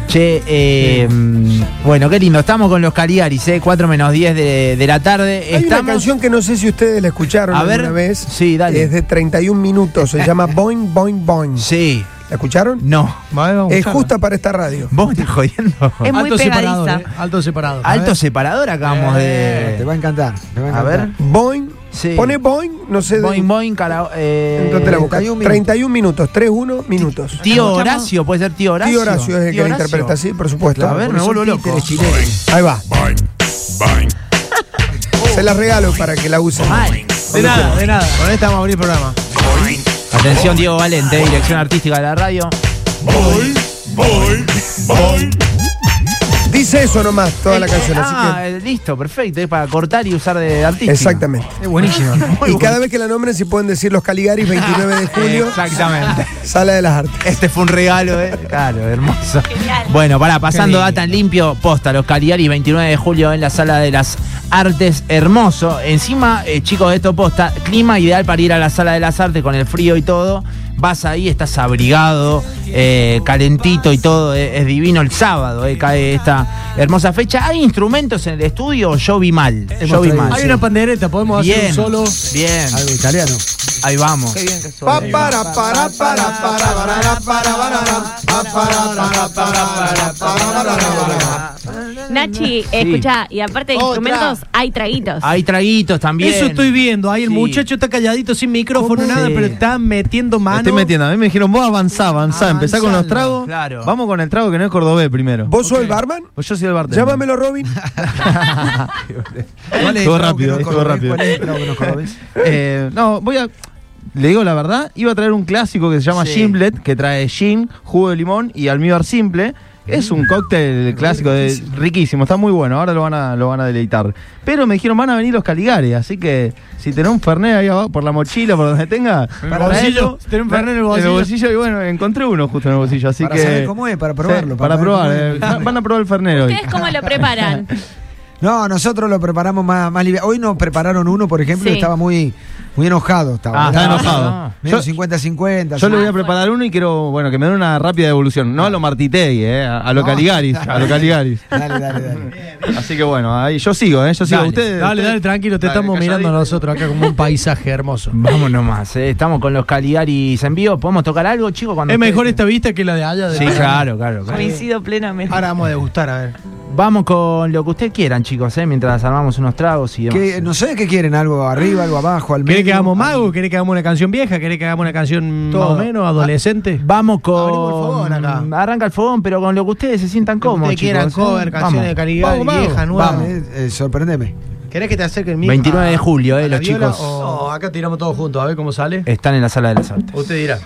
Speaker 1: Che, eh, mm, bueno, qué lindo. Estamos con los Caligaris, ¿eh? 4 menos 10 de, de la tarde.
Speaker 6: Hay
Speaker 1: Estamos...
Speaker 6: una canción que no sé si ustedes la escucharon
Speaker 1: A ver,
Speaker 6: alguna vez.
Speaker 1: sí, dale.
Speaker 6: Es de 31 minutos. Se llama Boing, Boing, Boing.
Speaker 1: Sí,
Speaker 6: ¿La escucharon?
Speaker 1: no.
Speaker 10: Bueno,
Speaker 6: Es
Speaker 10: vamos a
Speaker 6: justa para esta radio.
Speaker 1: Vos me estás jodiendo.
Speaker 3: Es muy
Speaker 2: alto separador,
Speaker 3: pegadiza.
Speaker 2: eh, alto separado.
Speaker 1: Alto separador acabamos
Speaker 11: Eh, Te
Speaker 1: de.
Speaker 11: va a encantar. te va a,
Speaker 1: A
Speaker 11: encantar.
Speaker 1: ver.
Speaker 6: Boing.
Speaker 1: Sí.
Speaker 6: Pone Boing, no sé de.
Speaker 1: Boing Boing, cara. eh,
Speaker 6: Entonces la boca.
Speaker 11: 31 minutos.
Speaker 6: 31 minutos, 3-1 minutos.
Speaker 1: Tío Horacio, puede ser tío Horacio.
Speaker 6: Tío Horacio es el que la interpreta, sí, por supuesto.
Speaker 1: A ver, me vuelvo loco.
Speaker 6: Ahí va. Se la regalo para que la usen.
Speaker 1: Mal.
Speaker 10: De nada, de nada. Con esta vamos a abrir el programa.
Speaker 1: Atención, Diego Valente, eh, dirección artística de la radio.
Speaker 6: Dice eso nomás toda la
Speaker 1: Eh,
Speaker 6: canción,
Speaker 1: eh,
Speaker 6: así
Speaker 1: ah,
Speaker 6: que.
Speaker 1: eh, listo, perfecto. Es para cortar y usar de artística.
Speaker 6: Exactamente.
Speaker 10: Es buenísimo.
Speaker 6: Y cada vez que la nombren, si pueden decir los Caligaris, 29 de julio,
Speaker 1: Exactamente.
Speaker 6: Sala de las Artes.
Speaker 1: Este fue un regalo, ¿eh? Claro, hermoso.
Speaker 3: Genial.
Speaker 1: Bueno, pará,
Speaker 10: Qué
Speaker 1: pasando
Speaker 10: lindo.
Speaker 1: data en limpio, posta, los Caligari, 29 de julio en la Sala de las Artes, hermoso. Encima, eh, chicos, de esto posta, clima ideal para ir a la Sala de las Artes con el frío y todo. Vas ahí, estás abrigado, eh, calentito y todo, eh, es, divino el sábado, eh, cae esta hermosa fecha. ¿Hay instrumentos en el estudio o yo vi mal? Yo vi mal.
Speaker 2: Hay
Speaker 1: sí.
Speaker 2: una pandereta, podemos hacer
Speaker 1: Bien,
Speaker 2: un solo.
Speaker 1: bien,
Speaker 11: Algo italiano.
Speaker 1: ahí vamos.
Speaker 6: Pa, para, para, para, para, para, para, para, para, pa, para, para, para, para, para, para.
Speaker 12: Nachi, escucha, y aparte de
Speaker 1: Otra.
Speaker 12: instrumentos, hay traguitos.
Speaker 1: Hay traguitos también.
Speaker 2: Eso estoy viendo. Ahí el
Speaker 1: Sí.
Speaker 2: muchacho está calladito, sin micrófono,
Speaker 1: ¿Cómo?
Speaker 2: nada,
Speaker 1: Sí.
Speaker 2: pero está metiendo
Speaker 10: Me
Speaker 2: mano.
Speaker 10: estoy metiendo. A mí me dijeron, vos avanzá, avanzá. Empezá con los tragos.
Speaker 1: Claro.
Speaker 10: Vamos con el trago que no es cordobés primero.
Speaker 6: ¿Vos sos el barman?
Speaker 10: Pues yo soy el bartender.
Speaker 6: Llámamelo, Robin.
Speaker 11: ¿Cuál es
Speaker 10: Estuvo
Speaker 11: el trago que
Speaker 10: rápido,
Speaker 11: no
Speaker 10: estuvo
Speaker 11: conocés?
Speaker 10: rápido.
Speaker 11: ¿Cuál es el trago que no conocés?
Speaker 10: Eh, no, voy a. Le digo la verdad, iba a traer un clásico que se llama
Speaker 1: Sí.
Speaker 10: Gimblet, que trae gin, jugo de limón y almíbar simple. Es un cóctel clásico, de- riquísimo. está muy bueno, ahora lo van, a, lo van a deleitar. Pero me dijeron, van a venir los Caligari, así que si tenés un Fernet ahí abajo, por la mochila, por donde tenga...
Speaker 2: el
Speaker 10: para
Speaker 2: bolsillo,
Speaker 10: eso,
Speaker 2: si tenés un Fernet en el
Speaker 10: En
Speaker 2: bolsillo.
Speaker 10: el bolsillo, y bueno, encontré uno justo en el bolsillo, así
Speaker 11: Para
Speaker 10: que...
Speaker 11: saber cómo es, para
Speaker 10: Sí,
Speaker 11: probarlo.
Speaker 10: para,
Speaker 11: ver
Speaker 10: probar,
Speaker 11: cómo es
Speaker 10: eh,
Speaker 11: el Fernet.
Speaker 10: van a probar el Fernet hoy.
Speaker 12: ¿Ustedes cómo lo preparan?
Speaker 11: No, nosotros lo preparamos más, más liviano. Hoy nos prepararon uno, por ejemplo,
Speaker 12: Sí.
Speaker 11: que estaba muy, muy enojado. Estaba,
Speaker 10: Ah, estaba
Speaker 11: Era
Speaker 10: enojado.
Speaker 11: Medio
Speaker 10: Yo-
Speaker 11: 50-50.
Speaker 10: Yo le voy
Speaker 11: así.
Speaker 10: a preparar uno y quiero, bueno, que me den una rápida devolución. No a lo Martitegui, eh, a, a lo
Speaker 11: No.
Speaker 10: Caligaris, a lo Caligaris.
Speaker 11: Dale, dale, dale.
Speaker 10: Así que bueno, ahí yo sigo, eh, yo sigo.
Speaker 2: Dale,
Speaker 10: Ustedes-
Speaker 2: dale,
Speaker 10: ustedes-
Speaker 2: dale, tranquilo, te
Speaker 10: Dale,
Speaker 2: estamos
Speaker 10: calladito.
Speaker 2: mirando nosotros acá como un paisaje hermoso.
Speaker 1: Vamos nomás, eh, estamos con los Caligaris en vivo. ¿Podemos tocar algo, chicos? Cuando
Speaker 2: Es mejor
Speaker 1: ustedes-
Speaker 2: esta vista que la de allá. De
Speaker 10: este-
Speaker 1: Sí, claro, claro. claro.
Speaker 3: Coincido plenamente.
Speaker 10: Ahora vamos a degustar, a ver.
Speaker 1: Vamos con lo que ustedes quieran, chicos, eh, mientras armamos unos tragos y demás.
Speaker 11: ¿Qué- no sé qué quieren, algo arriba, algo abajo, al medio.
Speaker 2: ¿Querés que hagamos
Speaker 11: al-
Speaker 2: mago? ¿Querés que hagamos una canción vieja? ¿Querés que hagamos una canción
Speaker 10: Todo. Ah,
Speaker 2: más o menos adolescente?
Speaker 1: Vamos con.
Speaker 10: Abrimos el fogón acá.
Speaker 1: Arranca el fogón, pero con lo que ustedes se sientan
Speaker 10: Como
Speaker 1: cómodos.
Speaker 10: quieran
Speaker 1: chicos,
Speaker 10: cover,
Speaker 1: eh.
Speaker 10: canciones de
Speaker 1: Vamos.
Speaker 10: Caligari,
Speaker 2: Vamos, vamos.
Speaker 10: vieja, nueva.
Speaker 11: Vamos, eh, eh, sorprendeme.
Speaker 10: ¿Querés que te acerque el mío?
Speaker 1: 29 de
Speaker 10: Ah.
Speaker 1: julio, eh,
Speaker 10: la
Speaker 1: los
Speaker 10: viola
Speaker 1: chicos
Speaker 10: o-
Speaker 2: No, acá tiramos todos juntos, a ver cómo sale.
Speaker 1: están en la sala de las artes.
Speaker 2: Usted dirá.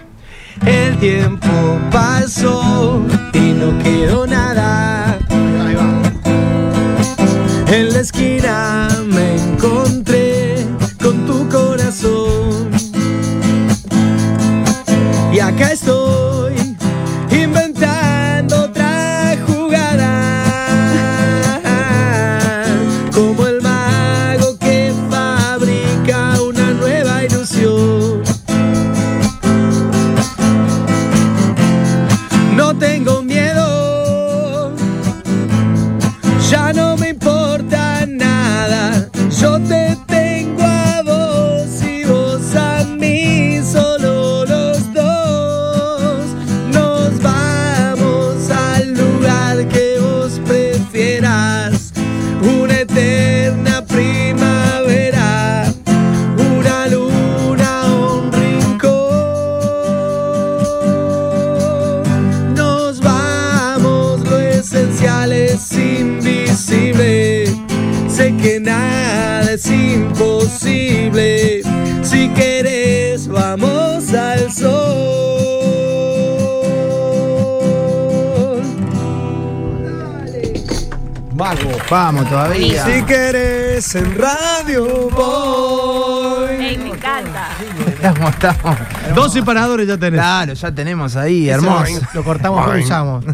Speaker 7: El tiempo pasó y no quedó nada. En la esquina me encontré con tu corazón.
Speaker 1: Vamos todavía.
Speaker 6: Si querés en radio voy.
Speaker 12: Ey, me encanta.
Speaker 1: Estamos, estamos. Dos separadores ya tenés. Claro, ya tenemos ahí, hermoso.
Speaker 13: Lo cortamos, lo usamos.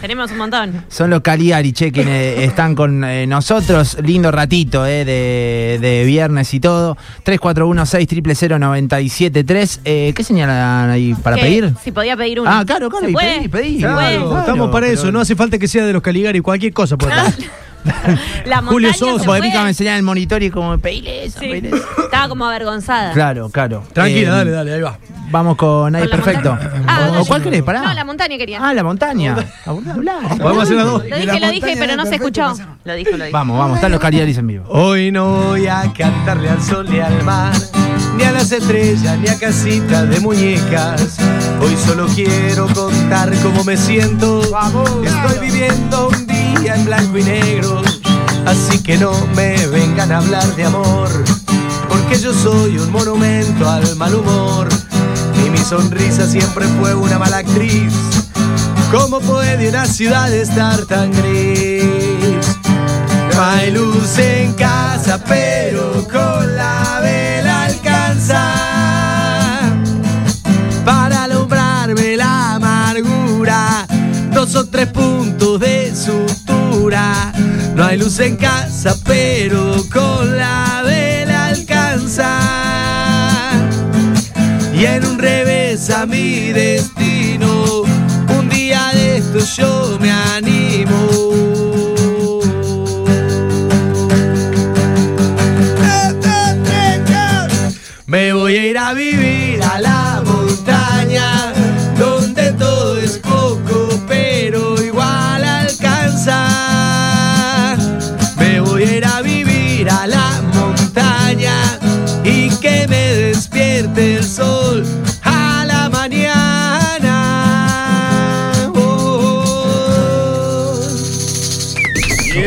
Speaker 12: Tenemos un montón.
Speaker 1: Son los Caligari, che, quienes eh, están con eh, nosotros. Lindo ratito, eh, de, de viernes y todo. 341-600-973. Eh, ¿Qué señalan ahí para
Speaker 12: Que
Speaker 1: pedir?
Speaker 12: Si podía pedir uno.
Speaker 1: Ah, claro, claro,
Speaker 12: ¿Se
Speaker 1: y
Speaker 12: puede?
Speaker 1: pedí, pedí.
Speaker 12: ¿Se
Speaker 1: Claro,
Speaker 12: puede?
Speaker 1: claro.
Speaker 2: Estamos para eso, no hace falta que sea de los Caligari, cualquier cosa puede
Speaker 1: Ah.
Speaker 2: estar.
Speaker 12: La montaña
Speaker 2: Julio
Speaker 12: se
Speaker 2: Sosa,
Speaker 12: puede.
Speaker 1: Pica me enseñaba el monitor y como pedile eso,
Speaker 12: Sí.
Speaker 1: pedile eso.
Speaker 12: Estaba como avergonzada.
Speaker 1: Claro, claro.
Speaker 2: Tranquila,
Speaker 1: Eh,
Speaker 2: dale, dale, ahí va.
Speaker 1: Vamos con ahí,
Speaker 12: Con la
Speaker 1: perfecto.
Speaker 12: Ah,
Speaker 1: ¿O
Speaker 12: no,
Speaker 1: cuál
Speaker 12: yo-
Speaker 1: querés? Pará.
Speaker 12: No, la montaña quería.
Speaker 1: Ah, la montaña. Hablar.
Speaker 2: Podemos hacer las dos.
Speaker 12: Lo dije, lo dije, pero no se escuchó. Lo dijo, lo dijo.
Speaker 1: Vamos, vamos, están los Caligaris en vivo.
Speaker 2: Hoy no voy a cantarle al sol ni al mar, ni a las estrellas, ni a casitas de muñecas. Hoy solo quiero contar cómo me siento. Estoy viviendo un día en blanco y negro, así que no me vengan a hablar de amor, porque yo soy un monumento al mal humor. Y mi sonrisa siempre fue una mala actriz. ¿Cómo puede una ciudad estar tan gris? No hay luz en casa, pero con la vela alcanza para alumbrarme la amargura. Dos o tres puntos de sutura. No hay luz en casa, pero con la vela alcanza y en un revés a mi destino. Un día de esto yo me animo. Me voy a ir a vivir a la montaña, donde todo es poco, pero igual alcanza. Me voy a ir a vivir a la montaña y que me despierte el sol a la mañana.
Speaker 14: oh,
Speaker 2: Oh, oh.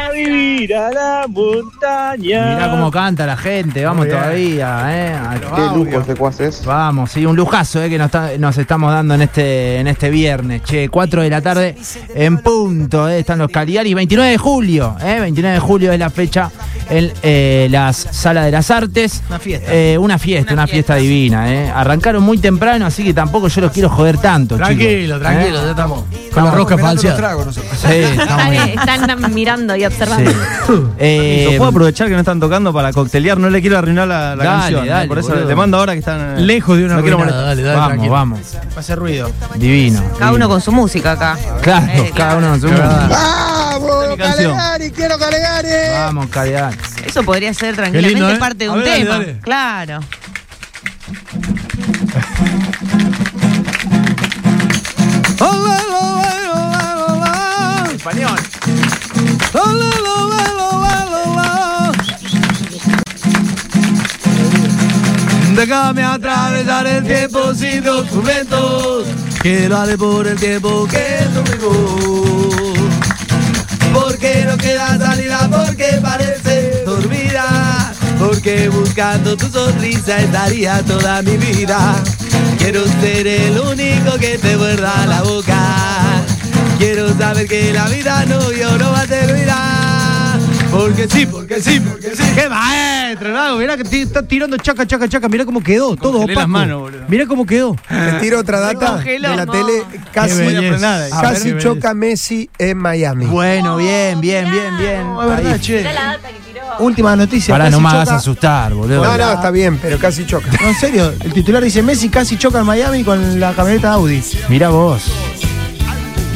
Speaker 14: a vivir a la montaña.
Speaker 1: Mirá cómo canta la gente, vamos
Speaker 14: bien.
Speaker 1: todavía, eh.
Speaker 14: Qué
Speaker 1: Al-
Speaker 14: lujo este
Speaker 1: Vamos, sí, un lujazo eh, que nos, está- nos estamos dando en este, en este viernes, che, 4 de la tarde en punto, eh, están los Caligari, 29 de julio, eh, 29 de julio es la fecha en eh, la Sala de las Artes. Una fiesta. una fiesta, una, fiesta, divina, eh. Arrancaron muy temprano, así que tampoco yo los quiero joder tanto,
Speaker 2: Tranquilo,
Speaker 1: chicos,
Speaker 2: tranquilo,
Speaker 1: eh.
Speaker 2: ya estamos. Con
Speaker 1: Estamos
Speaker 2: la rosca
Speaker 1: esperando los
Speaker 2: falseada.
Speaker 1: tragos Sí, estamos bien.
Speaker 12: Están, están mirando y observando.
Speaker 1: Eh,
Speaker 5: Yo puedo aprovechar que no están tocando para coctelear, no le quiero arruinar la, la
Speaker 1: Dale,
Speaker 5: canción. ¿no?
Speaker 1: dale,
Speaker 5: Por eso
Speaker 1: boludo.
Speaker 5: te mando ahora que están. eh,
Speaker 2: Lejos de una
Speaker 5: no quiero
Speaker 2: arruinada,
Speaker 5: molestar.
Speaker 2: dale, dale,
Speaker 1: vamos,
Speaker 2: tranquilo.
Speaker 1: vamos.
Speaker 13: Va a hacer ruido.
Speaker 1: Divino.
Speaker 3: Cada uno con su música acá.
Speaker 1: Claro,
Speaker 3: Eh,
Speaker 1: cada uno con su música.
Speaker 6: ¡Vamos,
Speaker 1: canción.
Speaker 6: Calegari! ¡Quiero eh. Calegari!
Speaker 1: Vamos, Caligari.
Speaker 3: Eso podría ser tranquilamente
Speaker 1: lindo, ¿eh?
Speaker 3: parte de
Speaker 1: A
Speaker 3: un
Speaker 1: ver, dale,
Speaker 3: tema.
Speaker 1: dale.
Speaker 3: Claro.
Speaker 1: Español.
Speaker 2: Déjame atravesar el tiempo sin documentos, que lo haré por el tiempo que tuvimos. Porque no queda salida, porque parece dormida, porque buscando tu sonrisa estaría toda mi vida. Quiero ser el único que te muerda la boca. Quiero saber que la vida no yo no va a terminar. Porque sí, porque sí, porque sí. ¡Qué maestro, Lago! Mirá que ti- está tirando chaca, chaca, chaca. Mirá cómo quedó, todo
Speaker 13: Congelé
Speaker 2: opaco.
Speaker 13: las manos, boludo.
Speaker 2: Mirá cómo quedó.
Speaker 13: Les tiro otra data de
Speaker 2: congeló,
Speaker 13: la
Speaker 2: no.
Speaker 13: tele. Casi,
Speaker 2: Qué belleza. A ver, qué
Speaker 13: casi
Speaker 2: belleza.
Speaker 13: choca Messi en Miami.
Speaker 1: Bueno, bien, bien, bien, bien. Ahí.
Speaker 13: Última noticia.
Speaker 1: Pará,
Speaker 13: casi
Speaker 1: no me hagas
Speaker 13: choca-
Speaker 1: asustar, boludo.
Speaker 13: No, no, está bien, pero casi choca. No, en serio, el titular dice Messi casi choca en Miami con la camioneta Audi.
Speaker 1: Mirá vos.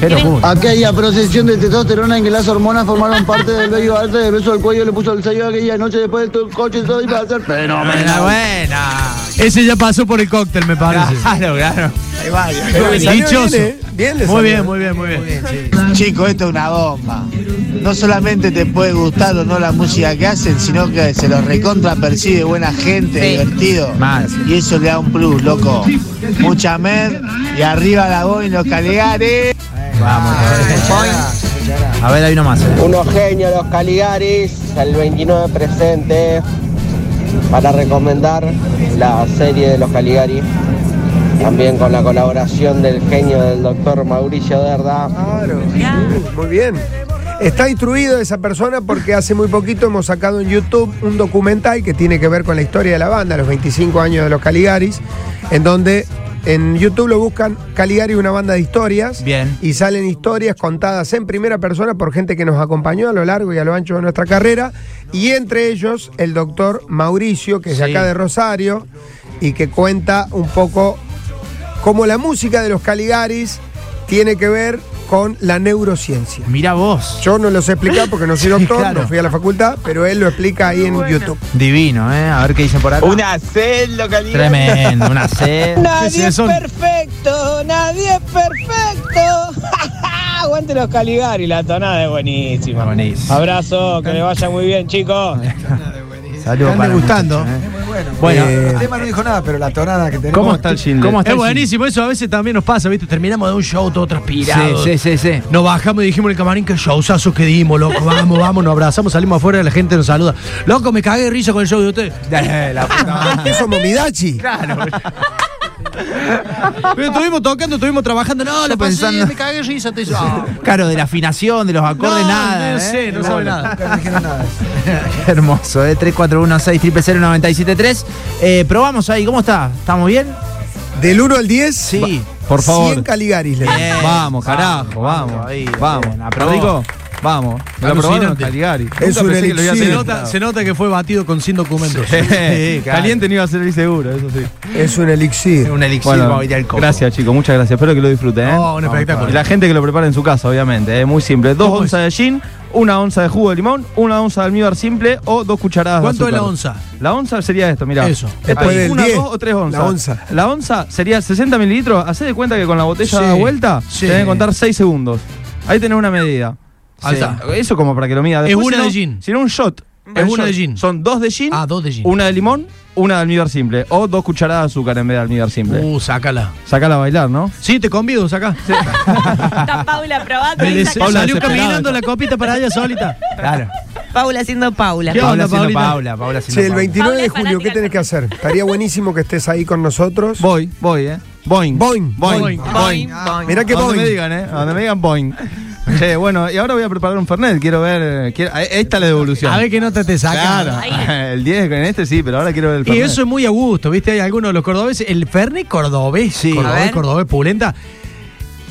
Speaker 1: Qué locura.
Speaker 15: Aquella procesión de testosterona en que las hormonas formaron parte del bello arte del beso del cuello le puso el sello aquella noche después de tu coche todo iba a ser
Speaker 1: Buena,
Speaker 15: fenomenal.
Speaker 1: buena.
Speaker 2: Ese ya pasó por el cóctel, me parece.
Speaker 1: Claro, claro.
Speaker 13: Ahí va, bien.
Speaker 2: Pero le salió
Speaker 13: Dichoso.
Speaker 2: bien, ¿eh? Bien le
Speaker 13: Muy
Speaker 2: salió,
Speaker 13: bien,
Speaker 2: ¿eh?
Speaker 13: muy bien, muy bien.
Speaker 16: Chicos, esto es una bomba. No solamente te puede gustar o no la música que hacen, sino que se los recontra percibe buena gente, divertido. Y eso le da un plus, loco. Mucha mer y arriba la boina, los calegares.
Speaker 1: Vamos, a ver, ahí nomás. eh.
Speaker 8: Unos genios los Caligaris, el 29 presente, para recomendar la serie de los Caligaris. También con la colaboración del genio del doctor Mauricio Derda.
Speaker 13: Muy bien.
Speaker 6: Está instruido esa persona porque hace muy poquito hemos sacado en YouTube un documental que tiene que ver con la historia de la banda, los 25 años de los Caligaris, en donde en YouTube lo buscan Caligari, una banda de historias.
Speaker 1: Bien.
Speaker 6: Y salen historias contadas en primera persona por gente que nos acompañó a lo largo y a lo ancho de nuestra carrera. Y entre ellos el doctor Mauricio, que es de
Speaker 1: Sí.
Speaker 6: acá de Rosario, y que cuenta un poco cómo la música de los Caligaris tiene que ver con la neurociencia.
Speaker 1: Mira vos.
Speaker 6: Yo no lo sé explicar porque no soy
Speaker 1: Sí,
Speaker 6: doctor,
Speaker 1: claro.
Speaker 6: no fui a la facultad, pero él lo explica ahí en YouTube.
Speaker 1: Divino, ¿eh? A ver qué dicen por acá.
Speaker 6: Una
Speaker 1: sed, localidad. Tremendo, una sed.
Speaker 8: Nadie es perfecto, nadie es perfecto. Ah, Aguante los Caligari, la tonada es buenísima. Abrazo, que le vaya muy bien, chicos.
Speaker 17: Están
Speaker 8: para
Speaker 17: degustando.
Speaker 2: Bueno,
Speaker 17: Eh, el
Speaker 2: ah,
Speaker 17: tema no dijo nada, pero la tonada que tenemos.
Speaker 2: ¿Cómo está el Schindler? es buenísimo, eso a veces también nos pasa, ¿viste? Terminamos de un show todo transpirado.
Speaker 1: Sí, sí, sí, sí.
Speaker 2: Nos bajamos y dijimos en el camarín que showzazo que dimos, loco. Vamos, vamos, nos abrazamos, salimos afuera, la gente nos saluda. Loco, me cagué de risa con el show de ustedes.
Speaker 6: Somos Midachi.
Speaker 2: Claro. Pero estuvimos tocando, estuvimos trabajando. No, lo pasé,
Speaker 1: pensando.
Speaker 2: me cagué de risa. Te hizo, ah.
Speaker 1: Claro, de la afinación, de los acordes,
Speaker 2: No,
Speaker 1: nada.
Speaker 2: no
Speaker 1: ¿eh?
Speaker 2: sé, no sabe nada.
Speaker 1: Qué Hermoso, ¿eh? 3416 eh, Probamos ahí, ¿cómo está? ¿Estamos bien?
Speaker 6: Del 1 al 10,
Speaker 1: sí.
Speaker 5: Por favor.
Speaker 6: 100 Caligaris. le-
Speaker 1: Bien.
Speaker 5: Vamos, carajo, vamos. vamos.
Speaker 1: aprobó.
Speaker 5: Rico, vamos. ¿Me lo probaron?
Speaker 2: Alucinante.
Speaker 5: Caligari.
Speaker 6: Es
Speaker 5: Nunca
Speaker 6: un
Speaker 5: pensé que lo iba a
Speaker 2: Se
Speaker 5: hacer.
Speaker 2: nota, se nota que fue batido con 100 documentos.
Speaker 5: Sí, claro. Caliente no iba a ser el seguro, eso sí.
Speaker 6: Es un elixir.
Speaker 1: Un elixir
Speaker 5: Bueno,
Speaker 1: vamos a ir al coco.
Speaker 5: gracias chicos, muchas gracias. Espero que lo disfruten. ¿eh?
Speaker 2: No, Oh, un espectáculo.
Speaker 5: Y la gente que lo prepara en su casa, obviamente. Es muy simple. Dos onzas de gin, una onza de jugo de limón, una onza de almíbar simple o dos cucharadas
Speaker 2: ¿Cuánto
Speaker 5: de
Speaker 2: es la
Speaker 5: azúcar.
Speaker 2: onza?
Speaker 5: La onza sería esto, mirá.
Speaker 2: Eso.
Speaker 5: Esto
Speaker 2: Después
Speaker 5: es
Speaker 2: del
Speaker 5: una,
Speaker 2: 10,
Speaker 5: dos o tres onzas.
Speaker 2: la onza.
Speaker 5: La onza sería 60 mililitros. Hacé de cuenta que con la botella
Speaker 2: Sí,
Speaker 5: da vuelta,
Speaker 2: sí.
Speaker 5: tenés que contar 6 segundos. Ahí tenés una medida.
Speaker 2: Ahí está.
Speaker 5: Eso como para que lo mida.
Speaker 2: Es
Speaker 5: Después,
Speaker 2: una
Speaker 5: si no-
Speaker 2: de gin.
Speaker 5: Si no, un shot.
Speaker 2: Es
Speaker 5: El
Speaker 2: una de
Speaker 5: shot.
Speaker 2: gin.
Speaker 5: Son dos de gin.
Speaker 2: Ah, dos de gin.
Speaker 5: Una de limón, una de almíbar simple. O dos cucharadas de azúcar en vez de almíbar simple.
Speaker 2: Uh, sácala.
Speaker 5: Sacala a bailar, ¿no?
Speaker 2: Sí, te convido, sacá.
Speaker 7: Está Paula probando.
Speaker 2: Me
Speaker 7: ahí
Speaker 2: des-
Speaker 7: saca-
Speaker 2: salió caminando la copita para ella solita.
Speaker 1: Claro.
Speaker 7: Paula haciendo Paula.
Speaker 2: ¿Qué onda,
Speaker 1: haciendo
Speaker 2: Paulita?
Speaker 1: Paula, Paula haciendo
Speaker 6: Che, el
Speaker 1: Paula.
Speaker 6: 29 de
Speaker 7: Paula es
Speaker 6: julio, ¿qué tenés que hacer? Estaría buenísimo que estés ahí con nosotros.
Speaker 5: Voy, voy, ¿eh? Boing.
Speaker 6: Boing.
Speaker 5: Boing. Boing.
Speaker 6: Mirá que
Speaker 5: A donde me
Speaker 6: Boing.
Speaker 5: digan, ¿eh? A donde me digan Boing. Che, bueno, y ahora voy a preparar un Fernet. Quiero ver. eh, quiero- eh, esta es la devolución.
Speaker 2: A ver que no te te saca.
Speaker 5: Claro. El 10 en este sí, pero ahora quiero ver el
Speaker 2: Y
Speaker 5: Fernet.
Speaker 2: eso es muy a gusto, ¿viste? Hay algunos de los cordobeses. El Fernet cordobés, sí.
Speaker 1: A
Speaker 2: cordobés,
Speaker 1: ver.
Speaker 2: cordobés, pulenta,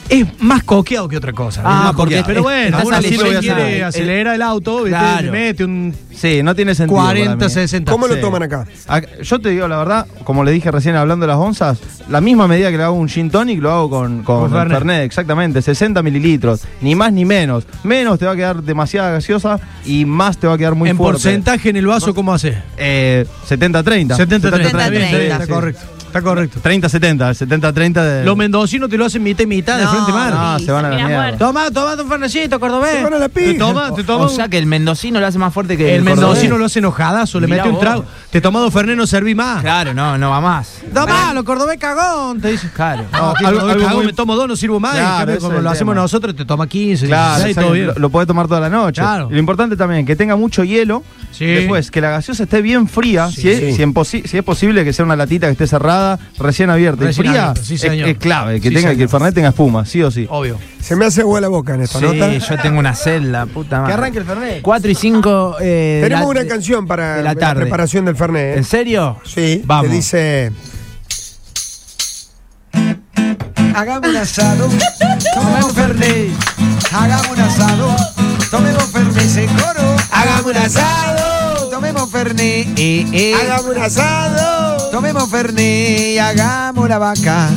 Speaker 2: es más coqueado que otra cosa.
Speaker 5: Ah,
Speaker 2: Es más
Speaker 5: coqueado.
Speaker 2: Pero bueno,
Speaker 5: Estás
Speaker 2: uno
Speaker 5: al-
Speaker 2: sí
Speaker 5: yo voy
Speaker 2: lo
Speaker 5: a hacer-
Speaker 2: quiere
Speaker 5: el-
Speaker 2: acelera el auto, ¿viste?
Speaker 5: Claro.
Speaker 2: Le mete un
Speaker 5: Sí, no tiene sentido.
Speaker 2: 40, 60.
Speaker 6: ¿Cómo lo
Speaker 5: Sí.
Speaker 6: toman acá?
Speaker 5: Ac- Yo te digo la verdad, como le dije recién hablando de las onzas, la misma medida que le hago un gin tonic lo hago con, con,
Speaker 2: Con
Speaker 5: el
Speaker 2: Fernet.
Speaker 5: Fernet. exactamente, 60 mililitros, ni más ni menos. Menos te va a quedar demasiada gaseosa y más te va a quedar muy
Speaker 2: en
Speaker 5: fuerte.
Speaker 2: porcentaje en el vaso, ¿cómo hace?
Speaker 5: Eh, 70-30.
Speaker 2: 70-30.
Speaker 5: 70-30,
Speaker 2: Bien,
Speaker 5: sí,
Speaker 2: Está
Speaker 5: sí.
Speaker 2: correcto. Está correcto.
Speaker 5: 30-70, el 70-30 de...
Speaker 2: Los mendocinos te lo hacen mitad y mitad de
Speaker 5: No,
Speaker 2: frente mal.
Speaker 5: no, Ah, se van a la Mirá, mierda. muerto.
Speaker 2: Toma, toma un fernecito, cordobés.
Speaker 6: Se van a la pija.
Speaker 2: Te toma, te toma
Speaker 1: O
Speaker 2: un-
Speaker 1: sea que el mendocino lo hace más fuerte que
Speaker 2: El,
Speaker 1: el,
Speaker 2: mendocino
Speaker 1: cordobés.
Speaker 2: lo hace enojadazo, le
Speaker 1: Mirá
Speaker 2: mete un
Speaker 1: vos.
Speaker 2: trago. Te toma dos Fernet, no serví más.
Speaker 1: Claro, no, no va más.
Speaker 2: Toma, lo cordobés cagón, te dice.
Speaker 1: Claro.
Speaker 2: No,
Speaker 5: algo-
Speaker 2: Ah, algo,
Speaker 5: algo
Speaker 2: cago,
Speaker 5: muy-
Speaker 2: me tomo dos, no sirvo más.
Speaker 5: Claro,
Speaker 2: En cambio,
Speaker 5: ese
Speaker 2: como
Speaker 5: es el
Speaker 2: lo hacemos
Speaker 5: tema.
Speaker 2: nosotros, te toma 15,
Speaker 5: Claro,
Speaker 2: 16,
Speaker 5: exacto,
Speaker 2: todo bien.
Speaker 5: Lo, lo podés tomar toda la noche.
Speaker 2: Claro.
Speaker 5: Lo importante también que tenga mucho hielo.
Speaker 2: Sí.
Speaker 5: Después, que la gaseosa esté bien fría. si, es, si en posi- si es posible que sea una latita que esté cerrada, recién abierta.
Speaker 2: Recién
Speaker 5: y fría
Speaker 2: abierta, sí,
Speaker 5: es,
Speaker 2: señor.
Speaker 5: es clave. Que,
Speaker 2: Sí,
Speaker 5: tenga, que el
Speaker 2: señor.
Speaker 5: Fernet tenga espuma, sí o sí.
Speaker 2: Obvio.
Speaker 6: Se me hace agua la boca en esta
Speaker 1: Sí,
Speaker 6: nota.
Speaker 1: yo tengo una celda, puta madre.
Speaker 6: el Fernet.
Speaker 1: 4 y 5
Speaker 6: Tenemos una canción para
Speaker 1: de la tarde.
Speaker 6: preparación del Fernet. ¿eh?
Speaker 1: ¿En serio?
Speaker 6: Sí,
Speaker 1: Vamos.
Speaker 6: que dice...
Speaker 17: Hagamos un asado, tomemos fernet. Hagamos un asado, tomemos fernet en coro.
Speaker 8: Hagamos un asado.
Speaker 17: Tomemos fernet, eh, eh.
Speaker 8: Hagamos un asado.
Speaker 17: Tomemos fernet y hagamos la vaca.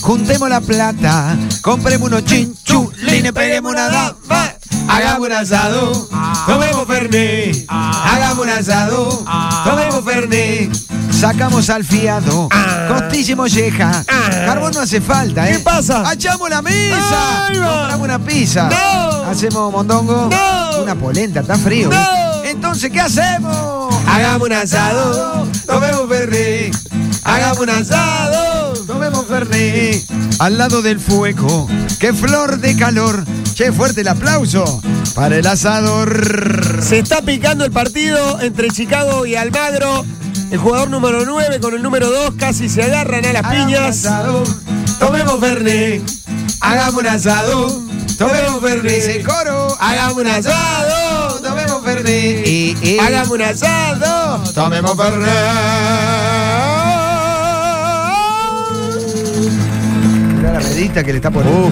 Speaker 17: Juntemos la plata, compremos unos chinchulines, peguemos una dama.
Speaker 8: Hagamos un asado, tomemos Fernet. Hagamos un asado, tomemos Fernet.
Speaker 17: Sacamos al fiado, costilla y molleja. Carbón no hace falta, ¿eh?
Speaker 8: ¿Qué pasa?
Speaker 17: ¡Achamos la mesa!
Speaker 8: Ahí va.
Speaker 17: Compramos una pizza.
Speaker 8: No.
Speaker 17: Hacemos mondongo.
Speaker 8: No.
Speaker 17: Una polenta, está frío.
Speaker 8: No.
Speaker 17: Entonces, ¿qué hacemos?
Speaker 8: Hagamos un asado, tomemos Fernet. Hagamos un asado,
Speaker 17: Tomemos Fernet al lado del fuego. ¡Qué flor de calor! ¡Che, fuerte el aplauso para el asador!
Speaker 6: Se está picando el partido entre Chicago y Almagro. El jugador número 9 con el número 2 casi se agarran a las
Speaker 17: Hagamos un
Speaker 6: piñas.
Speaker 17: asado,
Speaker 8: tomemos Fernet. Hagamos un asado,
Speaker 18: Tomemos Fernet. Ese coro. Hagamos un asado. Tomemos Fernet.
Speaker 6: eh.
Speaker 18: Hagamos un asado. Tomemos Fernet.
Speaker 6: Mirá la medita que le está poniendo.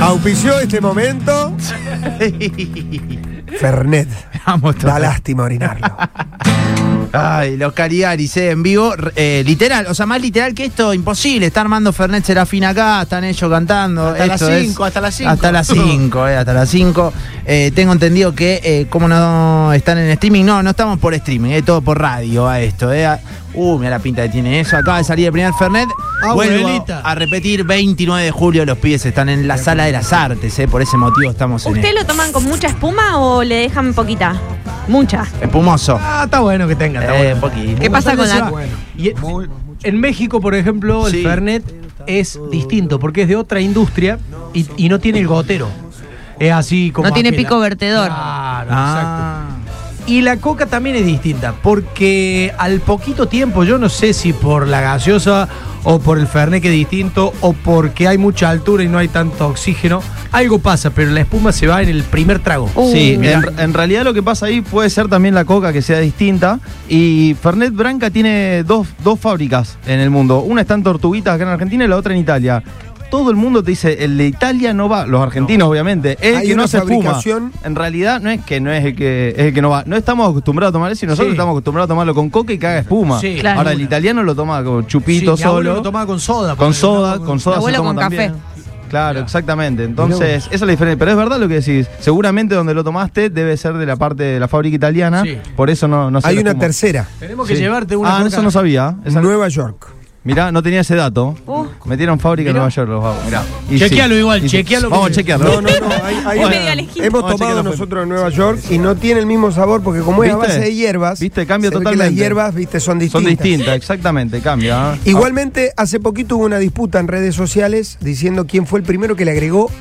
Speaker 6: Auspició este momento. Fernet.
Speaker 1: Vamos
Speaker 6: Da lástima orinarlo.
Speaker 1: Ay, los Caligaris eh, en vivo, r- eh, literal, o sea, más literal que esto, imposible. Está armando Fernet Serafín acá, están ellos cantando.
Speaker 19: Hasta las
Speaker 1: esto es-
Speaker 19: cinco, hasta las cinco.
Speaker 1: Hasta las 5, eh, hasta las 5. tengo entendido que, eh, como no están en streaming, no, no estamos por streaming, es todo por radio a esto. Eh. Uh, mira la pinta que tiene eso. Acaba de salir el primer Fernet.
Speaker 19: Ah,
Speaker 1: Vuelvo
Speaker 2: Abuelita.
Speaker 1: a repetir, 29 de julio los pibes están en la sala de las artes, eh, por ese motivo estamos en
Speaker 3: ¿Ustedes
Speaker 1: esto.
Speaker 3: lo toman con mucha espuma o le dejan poquita? Mucha.
Speaker 1: Espumoso.
Speaker 2: Ah, está bueno que tenga. Está
Speaker 1: Eh,
Speaker 2: bueno.
Speaker 1: poquito.
Speaker 3: ¿Qué pasa con la-
Speaker 2: Bueno. Y en- en México, por ejemplo, el Fernet es distinto porque es de otra industria y, y no tiene el gotero. Es así como.
Speaker 20: No tiene
Speaker 2: aquel- ah,
Speaker 20: pico vertedor.
Speaker 2: Claro,
Speaker 1: Ah.
Speaker 2: exacto. Y la coca también es distinta porque al poquito tiempo, yo no sé si por la gaseosa o por el Fernet que es distinto o porque hay mucha altura y no hay tanto oxígeno, algo pasa, pero la espuma se va en el primer trago.
Speaker 3: Uh.
Speaker 5: Sí,
Speaker 1: eh,
Speaker 5: en, en realidad lo que pasa ahí puede ser también la coca que sea distinta. Y Fernet Branca tiene dos, dos fábricas en el mundo. Una está en Tortuguitas acá en Argentina y la otra en Italia. Todo el mundo te dice, el de Italia no va. Los argentinos, obviamente. Es el
Speaker 6: Hay
Speaker 5: que no
Speaker 6: una
Speaker 5: se fuma.
Speaker 6: fabricación-
Speaker 5: En realidad no es que no es el que, es el que no va. No estamos acostumbrados a tomar eso y nosotros
Speaker 2: Sí.
Speaker 5: estamos acostumbrados a tomarlo con coca y que haga espuma.
Speaker 2: Sí, Claro.
Speaker 5: Ahora, el italiano lo toma con chupito
Speaker 2: Sí, mi abuelo
Speaker 5: solo.
Speaker 2: lo tomaba con soda.
Speaker 5: Con
Speaker 2: ponele,
Speaker 5: soda,
Speaker 2: ¿no?
Speaker 5: con soda se toma también. Claro, exactamente. Entonces, esa es la diferencia. Pero es verdad lo que decís. Seguramente donde lo tomaste debe ser de la parte de la fábrica italiana.
Speaker 6: Sí.
Speaker 5: Por eso no, no sé.
Speaker 6: Hay una tercera.
Speaker 2: Tenemos que llevarte una
Speaker 5: Ah,
Speaker 2: coca.
Speaker 5: eso no sabía.
Speaker 6: Nueva Oh. York.
Speaker 5: Mirá, no tenía ese dato. Metieron fábrica en Nueva York los vagos. Mirá.
Speaker 2: Chequealo igual,
Speaker 5: Y
Speaker 2: chequealo
Speaker 5: Vamos a
Speaker 2: que-
Speaker 5: chequearlo.
Speaker 6: No, no, no. Hay, hay
Speaker 5: Bueno.
Speaker 6: una-
Speaker 5: Vamos
Speaker 6: hemos
Speaker 5: a
Speaker 6: tomado
Speaker 5: chequearlo después.
Speaker 6: nosotros en Nueva York y no tiene el mismo sabor porque como es a
Speaker 5: ¿Viste?
Speaker 6: base de hierbas.
Speaker 5: Viste, cambia
Speaker 6: se ve que
Speaker 5: totalmente.
Speaker 6: las hierbas, viste, son distintas.
Speaker 5: Son distintas, exactamente, cambia. ¿eh?
Speaker 6: Igualmente, hace poquito hubo una disputa en redes sociales diciendo quién fue el primero que le agregó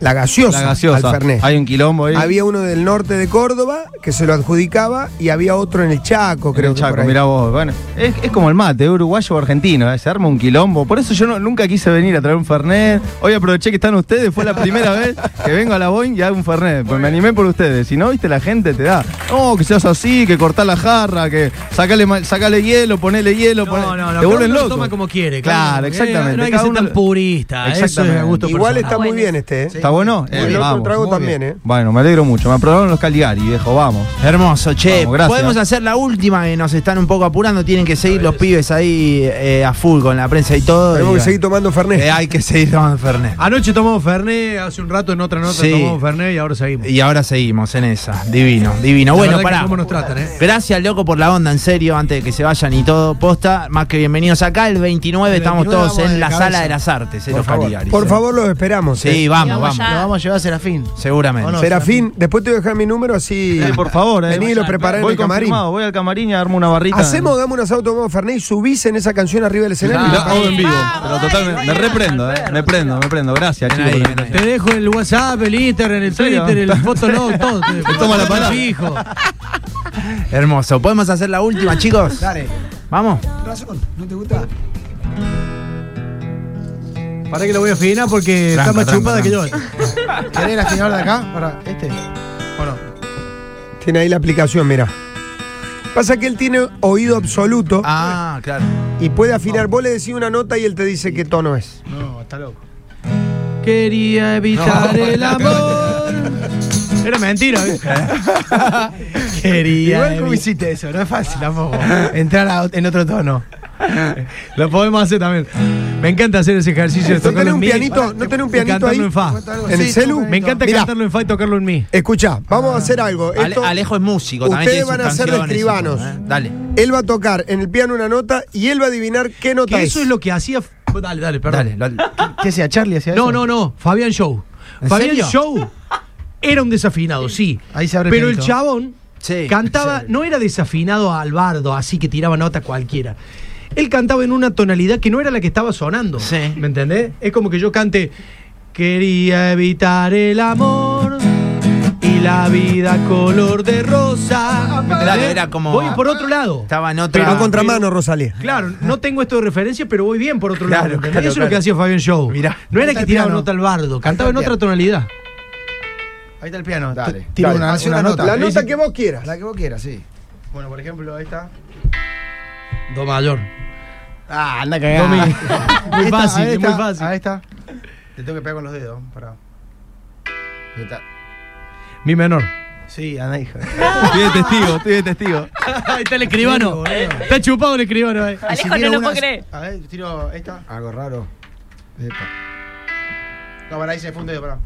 Speaker 6: la gaseosa,
Speaker 5: La gaseosa.
Speaker 6: al Fernet.
Speaker 5: Hay un quilombo ahí.
Speaker 6: Había uno del norte de Córdoba que se lo adjudicaba y había otro en el Chaco,
Speaker 5: Creo
Speaker 6: creo que por ahí.
Speaker 5: mirá vos. Bueno, es, es como el mate, uruguayo o argentino, ¿eh? se arma un quilombo. Por eso yo no- nunca quise venir a traer un Fernet. Hoy aproveché que están ustedes, fue la primera vez que vengo a la Boeing y hago un Fernet. Pues me animé por ustedes. Si no, viste, la gente te da. No, que seas así, que cortá la jarra, que sacale, ma- sacale hielo, ponele hielo.
Speaker 2: No,
Speaker 5: ponele-
Speaker 2: no, no.
Speaker 5: Te
Speaker 2: cada
Speaker 5: vuelven
Speaker 2: uno lo
Speaker 5: loco.
Speaker 2: toma como quiere.
Speaker 5: Claro,
Speaker 2: cada uno.
Speaker 5: exactamente.
Speaker 2: Eh, No hay que
Speaker 5: Cada
Speaker 2: ser
Speaker 5: uno
Speaker 2: tan
Speaker 5: lo-
Speaker 2: purista. Eso es a gusto
Speaker 6: Igual
Speaker 2: personal.
Speaker 6: está muy bien este, ¿eh?
Speaker 5: ¿Está bueno?
Speaker 6: Y el otro trago también, ¿eh?
Speaker 5: Bueno, me alegro mucho. Me aprobaron los Caligari, viejo, vamos.
Speaker 1: Hermoso, che.
Speaker 5: Vamos, gracias.
Speaker 1: Podemos hacer la última que nos están un poco apurando. Tienen que seguir los pibes ahí eh, a full con la prensa y todo. Y
Speaker 6: Tenemos que
Speaker 1: bueno,
Speaker 6: seguir tomando Fernet.
Speaker 1: eh, hay que seguir tomando Fernet.
Speaker 2: Ah. Anoche tomamos Fernet, hace un rato en otra nota
Speaker 1: Sí.
Speaker 2: tomamos Fernet y ahora seguimos.
Speaker 1: Y ahora seguimos en esa. Divino, divino.
Speaker 2: La
Speaker 1: bueno,
Speaker 2: verdad que
Speaker 1: pará.
Speaker 2: ¿Cómo nos tratan, eh?
Speaker 1: Gracias, loco, por la onda, en serio, antes de que se vayan y todo. Posta, más que bienvenidos acá. El 29 estamos
Speaker 8: 29
Speaker 1: todos
Speaker 8: vamos
Speaker 1: en
Speaker 8: de
Speaker 1: la
Speaker 8: cabeza.
Speaker 1: sala de las artes, eh,
Speaker 6: Por
Speaker 1: los
Speaker 6: favor,
Speaker 1: Caligaris,
Speaker 6: por
Speaker 1: eh.
Speaker 6: favor, los esperamos.
Speaker 1: Sí,
Speaker 6: ¿eh?
Speaker 1: vamos, vamos.
Speaker 8: Lo vamos a llevar a Serafín.
Speaker 1: Seguramente.
Speaker 8: ¿O no,
Speaker 6: Serafín, después te voy a dejar mi número así.
Speaker 5: Sí, por favor, eh.
Speaker 6: Vení y lo preparé en
Speaker 5: Voy
Speaker 6: el camarín.
Speaker 5: confirmado, Voy al camarín y armo una barrita.
Speaker 6: Hacemos, damos unas autos, vamos Fernet y subís en esa canción arriba del escenario.
Speaker 5: Lo hago en vivo. Pero totalmente. Me reprendo, eh. Me prendo, me prendo. Gracias, chicos. por la
Speaker 2: Te dejo el WhatsApp, el Instagram, el
Speaker 5: serio?
Speaker 2: Twitter, el Fotolog, todo. Te
Speaker 5: toma la palabra.
Speaker 2: Fijo.
Speaker 1: Hermoso. ¿Podemos hacer la última, chicos?
Speaker 8: Dale.
Speaker 1: Vamos.
Speaker 8: Razón, ¿no te
Speaker 6: oh.
Speaker 8: gusta?
Speaker 2: Para que lo voy a afinar porque
Speaker 1: Tranca,
Speaker 2: está más
Speaker 1: tranca,
Speaker 2: chupada que yo.
Speaker 1: tranca.
Speaker 8: ¿Querés la final de acá? Para este. ¿O no?
Speaker 6: Tiene ahí la aplicación, mira. Pasa que él tiene oído absoluto
Speaker 1: Ah, claro.
Speaker 6: y puede afinar. Vos le decís una nota y él te dice qué tono es.
Speaker 8: No, está loco.
Speaker 2: Quería evitar el amor. Era mentira, ¿eh? Quería.
Speaker 8: Igual como
Speaker 2: evitar-
Speaker 8: hiciste eso, no es fácil tampoco. Entrar a ot- en otro tono.
Speaker 2: Lo podemos hacer también. Me encanta hacer ese ejercicio de
Speaker 6: ¿No
Speaker 2: tocarlo
Speaker 6: tenés
Speaker 2: en
Speaker 6: un
Speaker 2: mi.
Speaker 6: pianito? ¿No tenés un
Speaker 2: y
Speaker 6: pianito ahí?
Speaker 2: cantarlo en fa.
Speaker 6: ¿En el celu?
Speaker 2: Me encanta
Speaker 6: Mirá,
Speaker 2: cantarlo en fa y tocarlo en mi.
Speaker 6: Escuchá, vamos a hacer algo.
Speaker 1: Ale-
Speaker 6: Esto-
Speaker 1: Alejo es músico. también
Speaker 6: Ustedes
Speaker 1: tiene
Speaker 6: van
Speaker 1: sus
Speaker 6: a ser de
Speaker 1: canciones y
Speaker 6: escribanos.
Speaker 1: todo, eh. Dale.
Speaker 6: Él va a tocar en el piano una nota y él va a adivinar qué nota
Speaker 2: Que
Speaker 6: es.
Speaker 2: eso es lo que hacía. Dale, dale, perdón.
Speaker 8: ¿Qué hacía? ¿Charlie hacía
Speaker 2: No,
Speaker 8: eso?
Speaker 2: no, no. Fabián Show.
Speaker 8: ¿En
Speaker 2: Fabián
Speaker 8: serio?
Speaker 2: Show era un desafinado, sí.
Speaker 8: Ahí se abre
Speaker 2: Pero el
Speaker 8: pianito.
Speaker 2: chabón cantaba, no era desafinado al bardo, así que tiraba nota cualquiera. Él cantaba en una tonalidad que no era la que estaba sonando. ¿Me entendés? Es como que yo cante. Quería evitar el amor y la vida color de rosa. ¿Me
Speaker 1: Claro,
Speaker 2: entendés?
Speaker 1: era como-
Speaker 2: Voy
Speaker 21: Ah.
Speaker 2: por otro lado.
Speaker 1: Estaba en otra.
Speaker 6: Pero a contramano, Rosalía.
Speaker 2: Claro, no tengo esto de referencia, pero voy bien por otro
Speaker 1: Claro,
Speaker 2: lado. ¿entendés?
Speaker 1: claro,
Speaker 2: Eso es lo
Speaker 1: claro.
Speaker 2: que hacía Fabián Show.
Speaker 1: Mirá.
Speaker 2: no era
Speaker 1: Canta
Speaker 2: que tiraba
Speaker 1: piano.
Speaker 2: nota al bardo, cantaba en
Speaker 1: piano.
Speaker 2: otra tonalidad.
Speaker 21: Ahí está el piano.
Speaker 11: Dale.
Speaker 21: Tira
Speaker 11: Dale,
Speaker 21: una,
Speaker 11: hace
Speaker 21: una
Speaker 11: una
Speaker 21: nota.
Speaker 11: nota. La nota
Speaker 22: que vos quieras.
Speaker 21: La que vos quieras, sí.
Speaker 11: Bueno, por ejemplo, ahí está.
Speaker 2: Do mayor.
Speaker 21: Ah, anda
Speaker 2: cagada. Muy fácil, es muy
Speaker 21: fácil. Ahí está. Te tengo que pegar con los dedos. Pará. Ahí está.
Speaker 2: Mi menor.
Speaker 21: Sí, anda, hija. Estoy de testigo, estoy de testigo.
Speaker 2: Ahí está el escribano.
Speaker 21: Sí, boludo.
Speaker 2: Está chupado el escribano. eh.
Speaker 21: Y si
Speaker 2: tiro
Speaker 21: tiro
Speaker 2: una-
Speaker 21: unas- A ver, tiro esta.
Speaker 11: Algo raro. Epa.
Speaker 21: No, pará, ahí se funde, pará.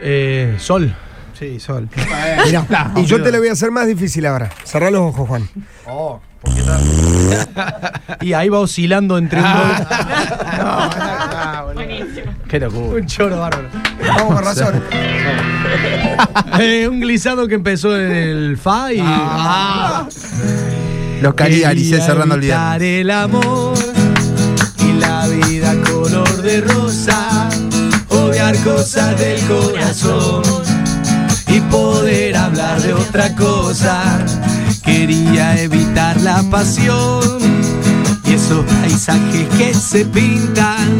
Speaker 2: Eh, sol.
Speaker 21: Sí, sol.
Speaker 22: Mirá, y yo
Speaker 2: boludo.
Speaker 22: te lo voy a hacer más difícil ahora. Cerrá los ojos, Juan.
Speaker 21: Oh,
Speaker 2: Y ahí va oscilando entre
Speaker 21: Ah,
Speaker 2: un
Speaker 21: buenísimo.
Speaker 2: Qué locura. Un choro bárbaro.
Speaker 22: Vamos con razón.
Speaker 2: Eh, un glisado que empezó en el fa y.
Speaker 1: Ah. Los Caligaris,
Speaker 2: Quería
Speaker 1: eh, cerrando el viernes.
Speaker 2: evitar el amor y la vida color de rosa, obviar cosas del corazón y poder hablar de otra cosa. Quería evitar la pasión y esos paisajes que se pintan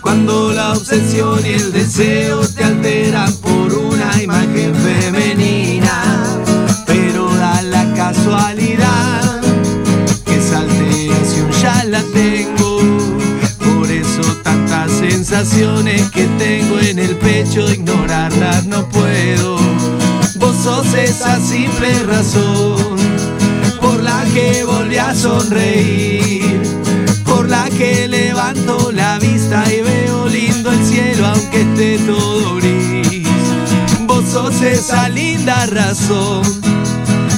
Speaker 2: cuando la obsesión y el deseo te alteran por una imagen femenina. Pero da la casualidad que esa alteración ya la tengo. Por eso tantas sensaciones que tengo en el pecho, ignorarlas no puedo. Vos sos esa simple razón por la que volví a sonreír, por la que levanto la vista y veo lindo el cielo aunque esté todo gris. Vos sos esa linda razón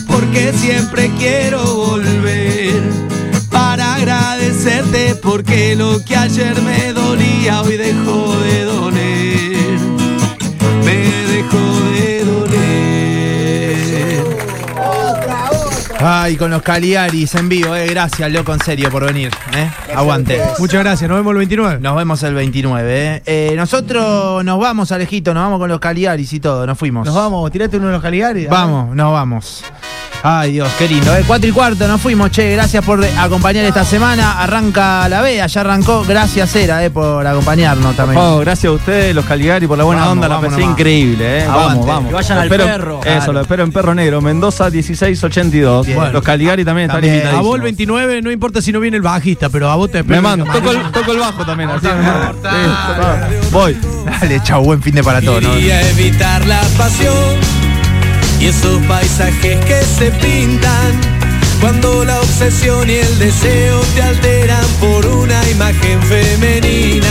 Speaker 2: porque siempre quiero volver para agradecerte porque lo que ayer me dolía hoy dejó de doler, me dejó de doler.
Speaker 1: Ay, con los Caligaris en vivo, eh. Gracias, loco, en serio, por venir. eh. Aguante.
Speaker 2: Muchas gracias, nos vemos el 29.
Speaker 1: Nos vemos el 29, eh. Eh, nosotros nos vamos, Alejito, nos vamos con los Caligaris y todo, nos fuimos.
Speaker 10: Nos vamos, tirate uno de los Caligari.
Speaker 1: Vamos, nos vamos. Ay Dios, qué lindo. Eh, cuatro y cuarto, nos fuimos, che. Gracias por eh, acompañar esta semana. Arranca la veda, ya arrancó. Gracias, Era, eh, por acompañarnos también.
Speaker 5: Oh, gracias a ustedes, los Caligari, por la buena
Speaker 1: Vamos,
Speaker 5: onda. La
Speaker 1: vamos
Speaker 5: pasé
Speaker 1: nomás.
Speaker 5: increíble, ¿eh?
Speaker 1: Aguante,
Speaker 5: Vamos, vamos.
Speaker 1: que vayan
Speaker 5: Lo
Speaker 1: al
Speaker 5: espero-
Speaker 1: perro.
Speaker 5: Eso, lo espero en Perro Negro. Mendoza 1682.
Speaker 2: Bien.
Speaker 5: Los Caligari también están
Speaker 2: a vos el
Speaker 5: invitados.
Speaker 2: 29, no importa si no viene el bajista, pero a vos te
Speaker 5: Me
Speaker 2: espero.
Speaker 5: mando, toco el, toco el bajo también. Así me mando.
Speaker 1: Voy. Dale, chau, buen fin de para todos. ¿no?
Speaker 7: Quería evitar la pasión y esos paisajes que se pintan cuando la obsesión y el deseo te alteran por una imagen femenina.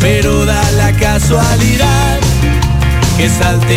Speaker 7: Pero da la casualidad que salte.